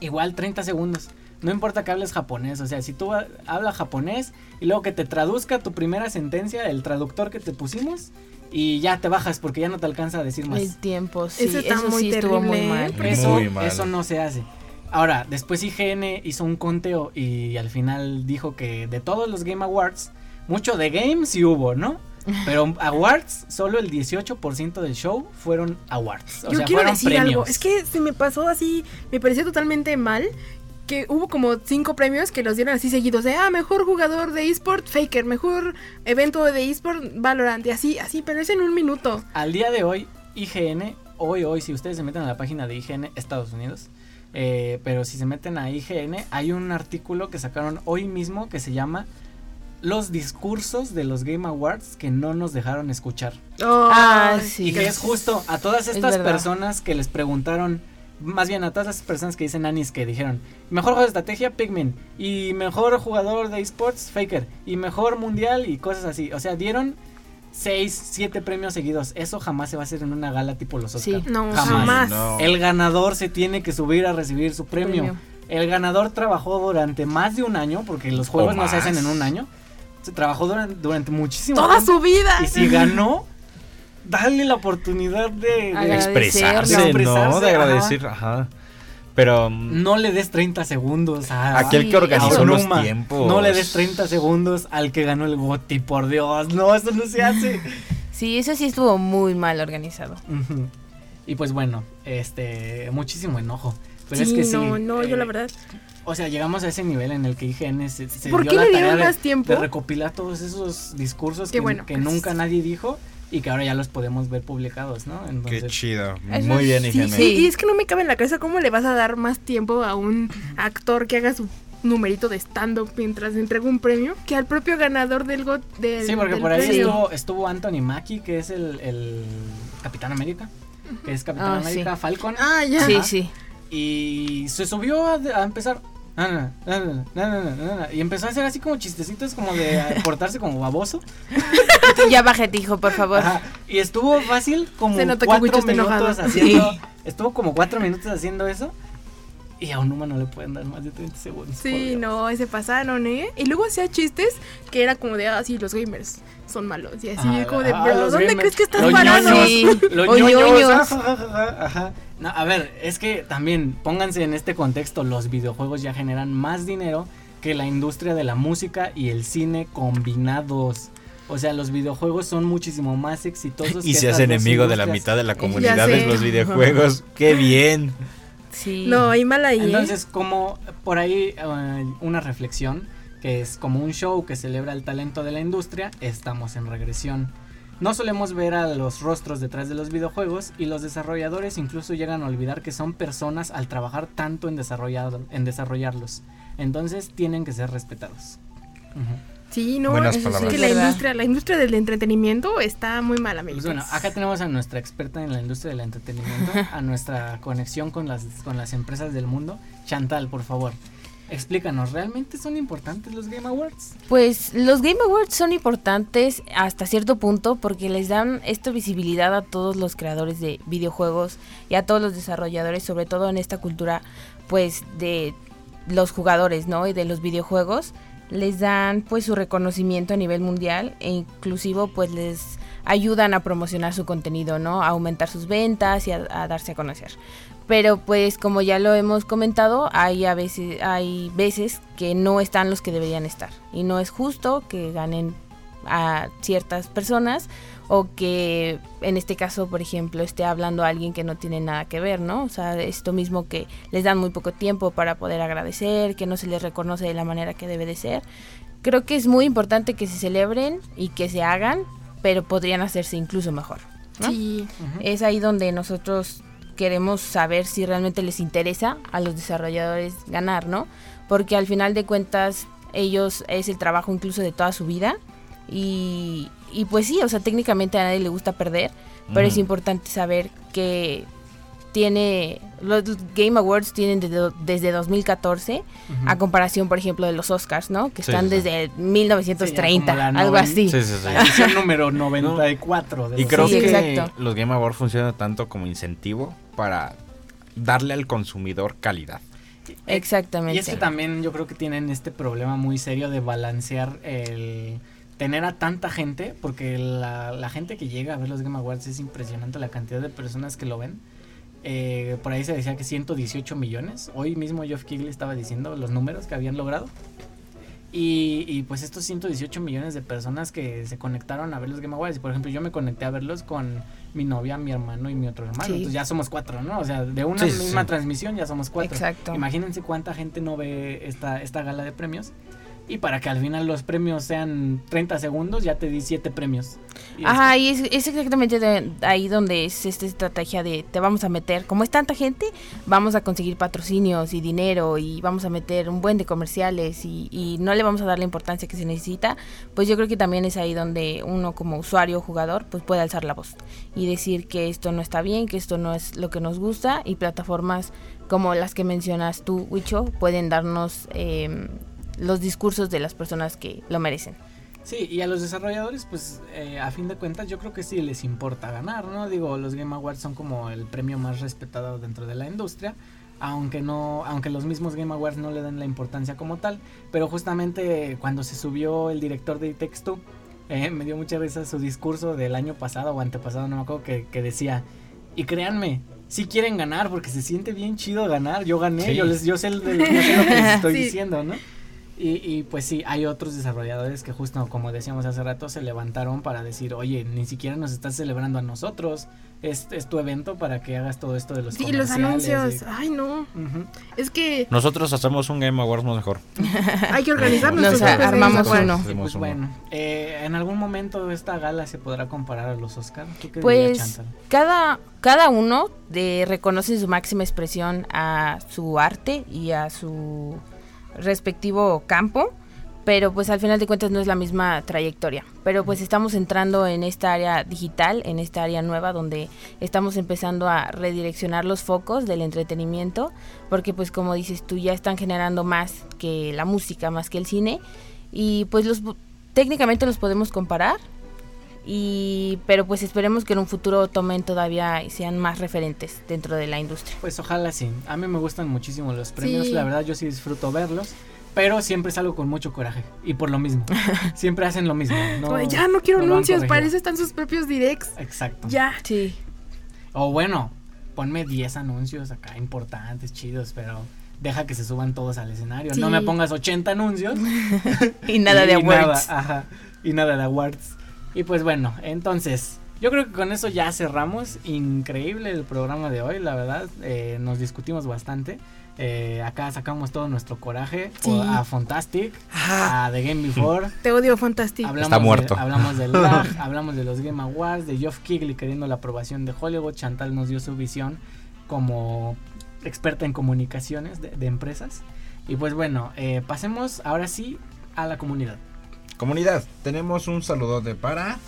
[SPEAKER 1] Igual 30 segundos. No importa que hables japonés, o sea, si tú ha- hablas japonés y luego que te traduzca tu primera sentencia, el traductor que te pusimos, y ya te bajas porque ya no te alcanza a decir más.
[SPEAKER 2] El tiempo, sí,
[SPEAKER 3] Eso
[SPEAKER 2] eso,
[SPEAKER 3] está muy
[SPEAKER 2] sí estuvo muy
[SPEAKER 3] terrible,
[SPEAKER 2] mal.
[SPEAKER 3] ¿eh?
[SPEAKER 7] Muy
[SPEAKER 1] Eso,
[SPEAKER 7] mal.
[SPEAKER 1] eso no se hace. Ahora, después IGN hizo un conteo y al final dijo que de todos los Game Awards, mucho de games sí hubo,
[SPEAKER 3] <laughs>
[SPEAKER 1] ¿no? Pero awards, solo el 18% del show fueron awards. O
[SPEAKER 3] Yo
[SPEAKER 1] sea,
[SPEAKER 3] quiero
[SPEAKER 1] fueron
[SPEAKER 3] decir
[SPEAKER 1] premios.
[SPEAKER 3] algo. Es que se me pasó así, me pareció totalmente mal que hubo como cinco premios que los dieron así seguidos de ah mejor jugador de eSport Faker, mejor evento de eSport Valorant y así, así, pero es en un minuto.
[SPEAKER 1] Al día de hoy, IGN, hoy, hoy, si ustedes se meten a la página de IGN Estados Unidos, eh, pero si se meten a IGN, hay un artículo que sacaron hoy mismo que se llama Los discursos de los Game Awards que no nos dejaron escuchar.
[SPEAKER 2] Ah,
[SPEAKER 3] Ay,
[SPEAKER 2] sí.
[SPEAKER 1] Y que es justo a todas
[SPEAKER 2] Es
[SPEAKER 1] estas
[SPEAKER 2] verdad.
[SPEAKER 1] personas que les preguntaron, más bien a todas las personas que dicen Anis que dijeron, mejor juego de estrategia, Pikmin, y mejor jugador de esports, Faker, y mejor mundial y cosas así. O sea, dieron 6, 7 premios seguidos. Eso jamás se va a hacer en una gala tipo los
[SPEAKER 2] Sí.
[SPEAKER 1] Oscar.
[SPEAKER 3] No,
[SPEAKER 1] Jamás.
[SPEAKER 3] jamás.
[SPEAKER 5] No.
[SPEAKER 1] El ganador se tiene que subir a recibir su premio.
[SPEAKER 2] Premio.
[SPEAKER 1] El ganador trabajó durante más de un año, porque los juegos no se
[SPEAKER 7] más.
[SPEAKER 1] hacen en un año. Se trabajó durante, durante muchísimo
[SPEAKER 3] Toda
[SPEAKER 1] tiempo.
[SPEAKER 3] su vida.
[SPEAKER 1] Y si ganó, dale la oportunidad de, de-
[SPEAKER 2] Agra-
[SPEAKER 7] Expresarse,
[SPEAKER 1] Agradecerlo.
[SPEAKER 7] ¿no?
[SPEAKER 1] Expresarse,
[SPEAKER 7] De agradecer, ajá. Pero mm,
[SPEAKER 1] No le des 30 segundos a
[SPEAKER 7] aquel
[SPEAKER 2] Sí,
[SPEAKER 7] que
[SPEAKER 1] a
[SPEAKER 7] organizó los
[SPEAKER 1] Onuma.
[SPEAKER 7] tiempos.
[SPEAKER 1] No le des 30 segundos al que ganó el GOTI, por Dios. No, eso no se
[SPEAKER 3] <laughs>
[SPEAKER 1] hace.
[SPEAKER 2] Sí, eso sí estuvo muy mal organizado.
[SPEAKER 1] Ujú. y pues bueno, este, muchísimo enojo. Pero pues
[SPEAKER 3] Sí,
[SPEAKER 1] es que sí.
[SPEAKER 3] no, no, yo la
[SPEAKER 1] eh,
[SPEAKER 3] verdad.
[SPEAKER 1] O sea, llegamos a ese nivel en el que IGN se, se
[SPEAKER 3] ¿Por
[SPEAKER 1] dio
[SPEAKER 3] qué
[SPEAKER 1] la
[SPEAKER 3] le
[SPEAKER 1] tarea
[SPEAKER 3] dieron
[SPEAKER 1] de-
[SPEAKER 3] más tiempo?
[SPEAKER 1] de recopilar todos esos discursos
[SPEAKER 3] Qué
[SPEAKER 1] que,
[SPEAKER 3] bueno,
[SPEAKER 1] que
[SPEAKER 3] gracias.
[SPEAKER 1] nunca nadie dijo y que ahora ya los podemos ver publicados, ¿no?
[SPEAKER 5] Qué
[SPEAKER 1] Entonces,
[SPEAKER 5] chido.
[SPEAKER 2] Eso
[SPEAKER 7] Muy bien,
[SPEAKER 2] sí,
[SPEAKER 7] IGN.
[SPEAKER 3] Sí, y es que no me cabe en la cabeza cómo le vas a dar más tiempo a un actor que haga su numerito de stand-up mientras entrega un premio que al propio ganador del GOT. Del,
[SPEAKER 1] Sí, porque
[SPEAKER 3] del
[SPEAKER 1] por ahí
[SPEAKER 3] premio.
[SPEAKER 1] estuvo, estuvo Anthony Mackie, que es el, el Capitán América. Que es Capitán
[SPEAKER 2] Ah,
[SPEAKER 1] América Falcon.
[SPEAKER 3] Ah, ya.
[SPEAKER 2] Sí, sí.
[SPEAKER 1] Y se subió a, a empezar. ah, "Na, na, na, na, na, na, na, na", Y empezó a hacer así como chistecitos, como de
[SPEAKER 3] <laughs>
[SPEAKER 1] a portarse como baboso.
[SPEAKER 2] Ya bájate, hijo, por favor.
[SPEAKER 1] Ajá, Y estuvo fácil como
[SPEAKER 3] Se nota que Wicho
[SPEAKER 1] cuatro
[SPEAKER 3] está enojado.
[SPEAKER 1] minutos haciendo. Estuvo como cuatro minutos haciendo eso. Y a un humano le pueden dar más de 30 segundos. por
[SPEAKER 3] Sí,
[SPEAKER 1] Dios.
[SPEAKER 3] no, se pasaron, ¿eh? Y luego hacía chistes que era como de, ah, sí, los gamers son malos. Y así,
[SPEAKER 1] Ajá,
[SPEAKER 3] como de,
[SPEAKER 1] ah,
[SPEAKER 3] bro,
[SPEAKER 1] los
[SPEAKER 3] ¿dónde
[SPEAKER 1] gamers.
[SPEAKER 3] crees que estás
[SPEAKER 1] Los
[SPEAKER 3] parado?
[SPEAKER 1] ñoños.
[SPEAKER 2] Sí.
[SPEAKER 1] Los
[SPEAKER 2] O
[SPEAKER 1] ñoños,
[SPEAKER 2] ñoños.
[SPEAKER 1] ah, ja, ja, ja, ja, ajá. No, a ver, es que también pónganse en este contexto, los videojuegos ya generan más dinero que la industria de la música y el cine combinados. O sea, los videojuegos son muchísimo más exitosos.
[SPEAKER 7] Y
[SPEAKER 1] Pues que
[SPEAKER 7] se
[SPEAKER 1] estas
[SPEAKER 7] hace
[SPEAKER 1] dos
[SPEAKER 7] enemigo de la
[SPEAKER 1] industrias.
[SPEAKER 7] mitad de la
[SPEAKER 2] Ya
[SPEAKER 7] comunidad
[SPEAKER 3] sé.
[SPEAKER 7] de los videojuegos. ¡Qué bien!
[SPEAKER 2] Sí.
[SPEAKER 3] No, y mal ahí. ¿eh?
[SPEAKER 1] Entonces, como por ahí eh, una reflexión, que es como un show que celebra el talento de la industria, estamos en regresión. No solemos ver a los rostros detrás de los videojuegos y los desarrolladores incluso llegan a olvidar que son personas al trabajar tanto en, desarrollado, en desarrollarlos. Entonces tienen que ser respetados. Ujú.
[SPEAKER 3] sí, no,
[SPEAKER 5] Buenas
[SPEAKER 3] eso sí
[SPEAKER 5] palabras.
[SPEAKER 3] que la
[SPEAKER 2] Verdad.
[SPEAKER 3] industria, la industria del entretenimiento está muy mal, amigos.
[SPEAKER 1] Pues bueno, acá tenemos a nuestra experta en la industria del <laughs> entretenimiento, a nuestra conexión con las, con las empresas del mundo. Chantal, por favor, explícanos, ¿realmente son importantes los Game Awards?
[SPEAKER 2] Pues los Game Awards son importantes hasta cierto punto porque les dan esta visibilidad a todos los creadores de videojuegos y a todos los desarrolladores, sobre todo en esta cultura pues de los jugadores, ¿no? Y de los videojuegos les dan pues su reconocimiento a nivel mundial e inclusivo pues les ayudan a promocionar su contenido, ¿no? A aumentar sus ventas y a, a darse a conocer. Pero pues como ya lo hemos comentado, hay a veces hay veces que no están los que deberían estar y no es justo que ganen a ciertas personas o que en este caso, por ejemplo, esté hablando a alguien que no tiene nada que ver, ¿no? O sea, esto mismo que les dan muy poco tiempo para poder agradecer, que no se les reconoce de la manera que debe de ser. Creo que es muy importante que se celebren y que se hagan, pero podrían hacerse incluso mejor. ¿no?
[SPEAKER 3] Sí,
[SPEAKER 1] Pues
[SPEAKER 2] Es ahí donde nosotros queremos saber si realmente les interesa a los desarrolladores ganar, ¿no? Porque al final de cuentas ellos es el trabajo incluso de toda su vida y Y pues sí, o sea, técnicamente a nadie le gusta perder, pero es
[SPEAKER 7] Ujú.
[SPEAKER 2] importante saber que tiene los Game Awards tienen desde, desde 2014
[SPEAKER 1] Ah,
[SPEAKER 2] a comparación, por ejemplo, de los Oscars, ¿no? Que
[SPEAKER 5] Sí,
[SPEAKER 2] están
[SPEAKER 5] sí, sí.
[SPEAKER 2] desde
[SPEAKER 1] Sí, Ah, ya
[SPEAKER 2] 1930,
[SPEAKER 1] como la
[SPEAKER 2] algo
[SPEAKER 1] noven-
[SPEAKER 2] así.
[SPEAKER 7] Sí, sí, sí.
[SPEAKER 1] La edición número 94 de
[SPEAKER 7] Y
[SPEAKER 1] los
[SPEAKER 7] creo
[SPEAKER 2] Sí,
[SPEAKER 7] que
[SPEAKER 2] exacto.
[SPEAKER 7] los Game Awards funcionan tanto como incentivo para darle al consumidor calidad.
[SPEAKER 2] Exactamente.
[SPEAKER 1] Y es que también yo creo que tienen este problema muy serio de balancear el tener a tanta gente, porque la, la gente que llega a ver los Game Awards es impresionante la cantidad de personas que lo ven. Eh, por ahí se decía que 118 millones. Hoy mismo Geoff Keighley estaba diciendo los números que habían logrado. Y, y pues estos 118 millones de personas que se conectaron a ver los Game Awards. Por ejemplo, yo me conecté a verlos con mi novia, mi hermano y mi otro hermano.
[SPEAKER 2] Sí.
[SPEAKER 1] Entonces ya somos cuatro, ¿no? O sea, de una
[SPEAKER 7] Sí, sí,
[SPEAKER 1] misma
[SPEAKER 7] sí.
[SPEAKER 1] transmisión ya somos cuatro.
[SPEAKER 2] Exacto.
[SPEAKER 1] Imagínense cuánta gente no ve esta, esta gala de premios. Y para que al final los premios sean 30 segundos, ya te di 7 premios. Y
[SPEAKER 2] Ajá, y es, es exactamente de- ahí donde es esta estrategia de te vamos a meter, como es tanta gente, vamos a conseguir patrocinios y dinero y vamos a meter un buen de comerciales y, y no le vamos a dar la importancia que se necesita, pues yo creo que también es ahí donde uno como usuario o jugador pues puede alzar la voz y decir que esto no está bien, que esto no es lo que nos gusta y plataformas como las que mencionas tú, Wicho, pueden darnos eh, los discursos de las personas que lo merecen.
[SPEAKER 1] Sí, y a los desarrolladores, pues eh, a fin de cuentas yo creo que sí les importa ganar, ¿no? Digo, los Game Awards son como el premio más respetado dentro de la industria, aunque no, aunque los mismos Game Awards no le den la importancia como tal, pero justamente cuando se subió el director de texto, eh, me dio mucha risa su discurso del año pasado o antepasado, no me acuerdo, que, que decía, y créanme, sí quieren ganar porque se siente bien chido ganar, yo gané,
[SPEAKER 7] Sí.
[SPEAKER 1] yo, les, yo, sé, el- yo sé lo que
[SPEAKER 3] <laughs>
[SPEAKER 1] les estoy
[SPEAKER 3] Sí.
[SPEAKER 1] diciendo, ¿no? Y, y, pues sí, hay otros desarrolladores que justo como decíamos hace rato se levantaron para decir, oye, ni siquiera nos estás celebrando a nosotros, es, es tu evento para que hagas todo esto de los
[SPEAKER 3] Sí, los
[SPEAKER 1] comerciales",
[SPEAKER 3] anuncios.
[SPEAKER 1] y-
[SPEAKER 3] Ay, no.
[SPEAKER 1] Ujú.
[SPEAKER 3] Es que
[SPEAKER 7] Nosotros hacemos un Game Awards más mejor.
[SPEAKER 3] hay que organizarnos.
[SPEAKER 2] Nos
[SPEAKER 3] nosotros
[SPEAKER 2] a-
[SPEAKER 3] podemos
[SPEAKER 2] armamos
[SPEAKER 3] jugar.
[SPEAKER 2] uno.
[SPEAKER 1] Y,
[SPEAKER 7] Hacemos
[SPEAKER 1] pues
[SPEAKER 7] uno.
[SPEAKER 1] bueno, eh, en algún momento esta gala se podrá comparar a los Oscar. ¿Tú qué dirías,
[SPEAKER 2] Pues
[SPEAKER 1] Chantal?
[SPEAKER 2] cada, cada uno de, reconoce su máxima expresión a su arte y a su respectivo campo, pero pues al final de cuentas no es la misma trayectoria. Pero pues estamos entrando en esta área digital, en esta área nueva donde estamos empezando a redireccionar los focos del entretenimiento, porque pues como dices tú ya están generando más que la música, más que el cine, y pues los técnicamente los podemos comparar y pero pues esperemos que en un futuro tomen todavía y sean más referentes dentro de la industria.
[SPEAKER 1] Pues ojalá sí. A mí me gustan muchísimo los premios.
[SPEAKER 3] Sí.
[SPEAKER 1] La verdad, yo sí disfruto verlos. Pero siempre salgo con mucho coraje. Y por lo
[SPEAKER 3] <laughs>
[SPEAKER 1] mismo. siempre hacen lo mismo. No,
[SPEAKER 3] Ay, Pues ya no quiero
[SPEAKER 1] no lo han
[SPEAKER 3] anuncios,
[SPEAKER 1] corregido.
[SPEAKER 3] para eso están sus propios directs.
[SPEAKER 1] Exacto.
[SPEAKER 3] Ya.
[SPEAKER 2] Sí.
[SPEAKER 1] O bueno, ponme 10 anuncios acá importantes, chidos, pero deja que se suban todos al escenario. No
[SPEAKER 3] Sí.
[SPEAKER 1] me pongas 80 anuncios.
[SPEAKER 2] Y nada de
[SPEAKER 1] Y nada,
[SPEAKER 2] awards.
[SPEAKER 1] ajá, y nada de awards. Y pues bueno, entonces, yo creo que con eso ya cerramos. Increíble el programa de hoy, la verdad. eh, nos discutimos bastante. Eh, acá sacamos todo nuestro coraje
[SPEAKER 3] Sí.
[SPEAKER 1] o- a Fantastic, a The Game Before.
[SPEAKER 3] Te odio, Fantastic.
[SPEAKER 1] Hablamos
[SPEAKER 7] Está muerto.
[SPEAKER 1] De, hablamos
[SPEAKER 7] <laughs>
[SPEAKER 1] del lag, hablamos de los Game Awards, de Geoff Keighley queriendo la aprobación de Hollywood. Chantal nos dio su visión como experta en comunicaciones de, de empresas. Y pues bueno, eh, pasemos ahora sí a la comunidad.
[SPEAKER 5] Comunidad, tenemos un saludote para.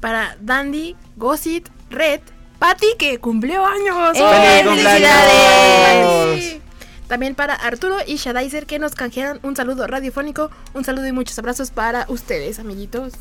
[SPEAKER 3] Para Dandy, Gossip, Red, Patty, que cumplió años.
[SPEAKER 2] ¡Eh,
[SPEAKER 3] ¡Feliz
[SPEAKER 2] felicidades!
[SPEAKER 3] cumpleaños! También para Arturo y Shadizer que nos canjearon un saludo radiofónico, un saludo y muchos abrazos para ustedes, amiguitos.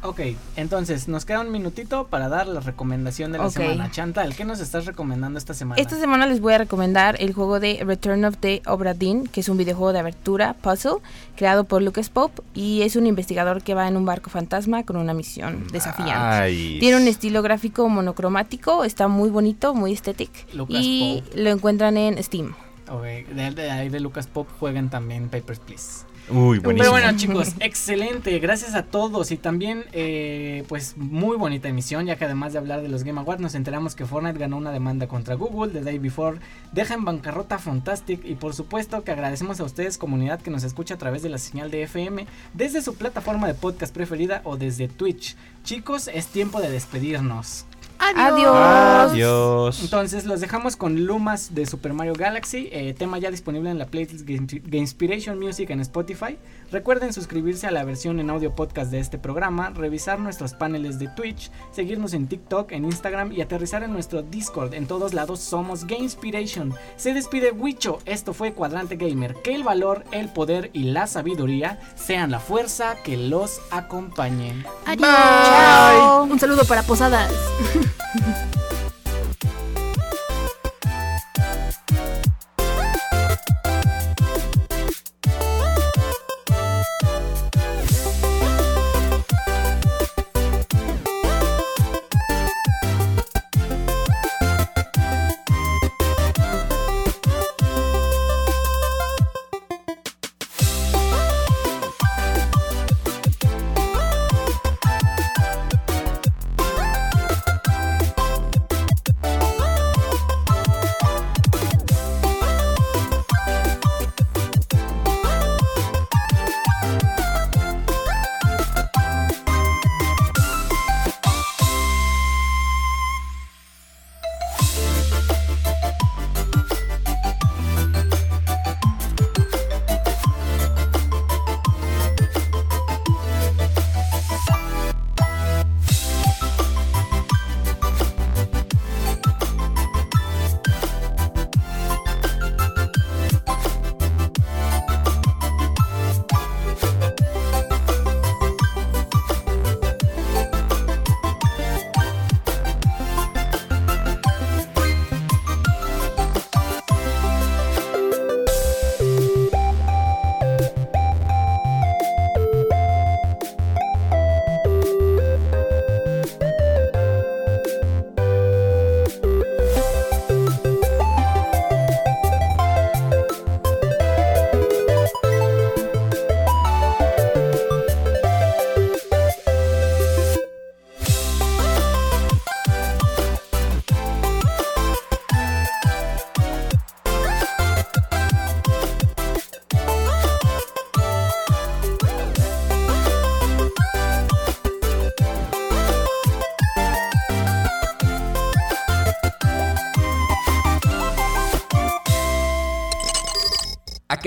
[SPEAKER 1] Ok, entonces nos queda un minutito para dar la recomendación de la
[SPEAKER 2] Ok.
[SPEAKER 1] semana. Chantal, ¿qué nos estás recomendando esta semana?
[SPEAKER 2] Esta semana les voy a recomendar el juego de Return of the Obra Dinn, que es un videojuego de abertura puzzle creado por Lucas Pope y es un investigador que va en un barco fantasma con una misión desafiante.
[SPEAKER 7] Ay.
[SPEAKER 2] Tiene un estilo gráfico monocromático, está muy bonito, muy estético
[SPEAKER 1] Lucas
[SPEAKER 2] y lo encuentran en Steam.
[SPEAKER 1] Ok, de, de ahí de Lucas Pop jueguen también Papers, Please.
[SPEAKER 7] Uy, buenísimo.
[SPEAKER 1] Pero bueno, chicos, excelente. Gracias a todos. Y también, eh, pues, muy bonita emisión, ya que además de hablar de los Game Awards, nos enteramos que Fortnite ganó una demanda contra Google The Day Before. Deja en bancarrota a Fantastic. Y por supuesto que agradecemos a ustedes, comunidad, que nos escucha a través de la señal de FM, desde su plataforma de podcast preferida o desde Twitch. Chicos, es tiempo de despedirnos.
[SPEAKER 3] Adiós.
[SPEAKER 2] Adiós.
[SPEAKER 5] Adiós.
[SPEAKER 1] Entonces los dejamos con Lumas de Super Mario Galaxy, eh, tema ya disponible en la playlist Gamesp- Gamespiration Music en Spotify. Recuerden suscribirse a la versión en audio podcast de este programa, revisar nuestros paneles de Twitch, seguirnos en TikTok, en Instagram y aterrizar en nuestro Discord. En todos lados somos Gamespiration. Se despide Wicho, esto fue Cuadrante Gamer. Que el valor, el poder y la sabiduría sean la fuerza que los acompañe.
[SPEAKER 3] Adiós.
[SPEAKER 2] Chao.
[SPEAKER 3] Un saludo para Posadas.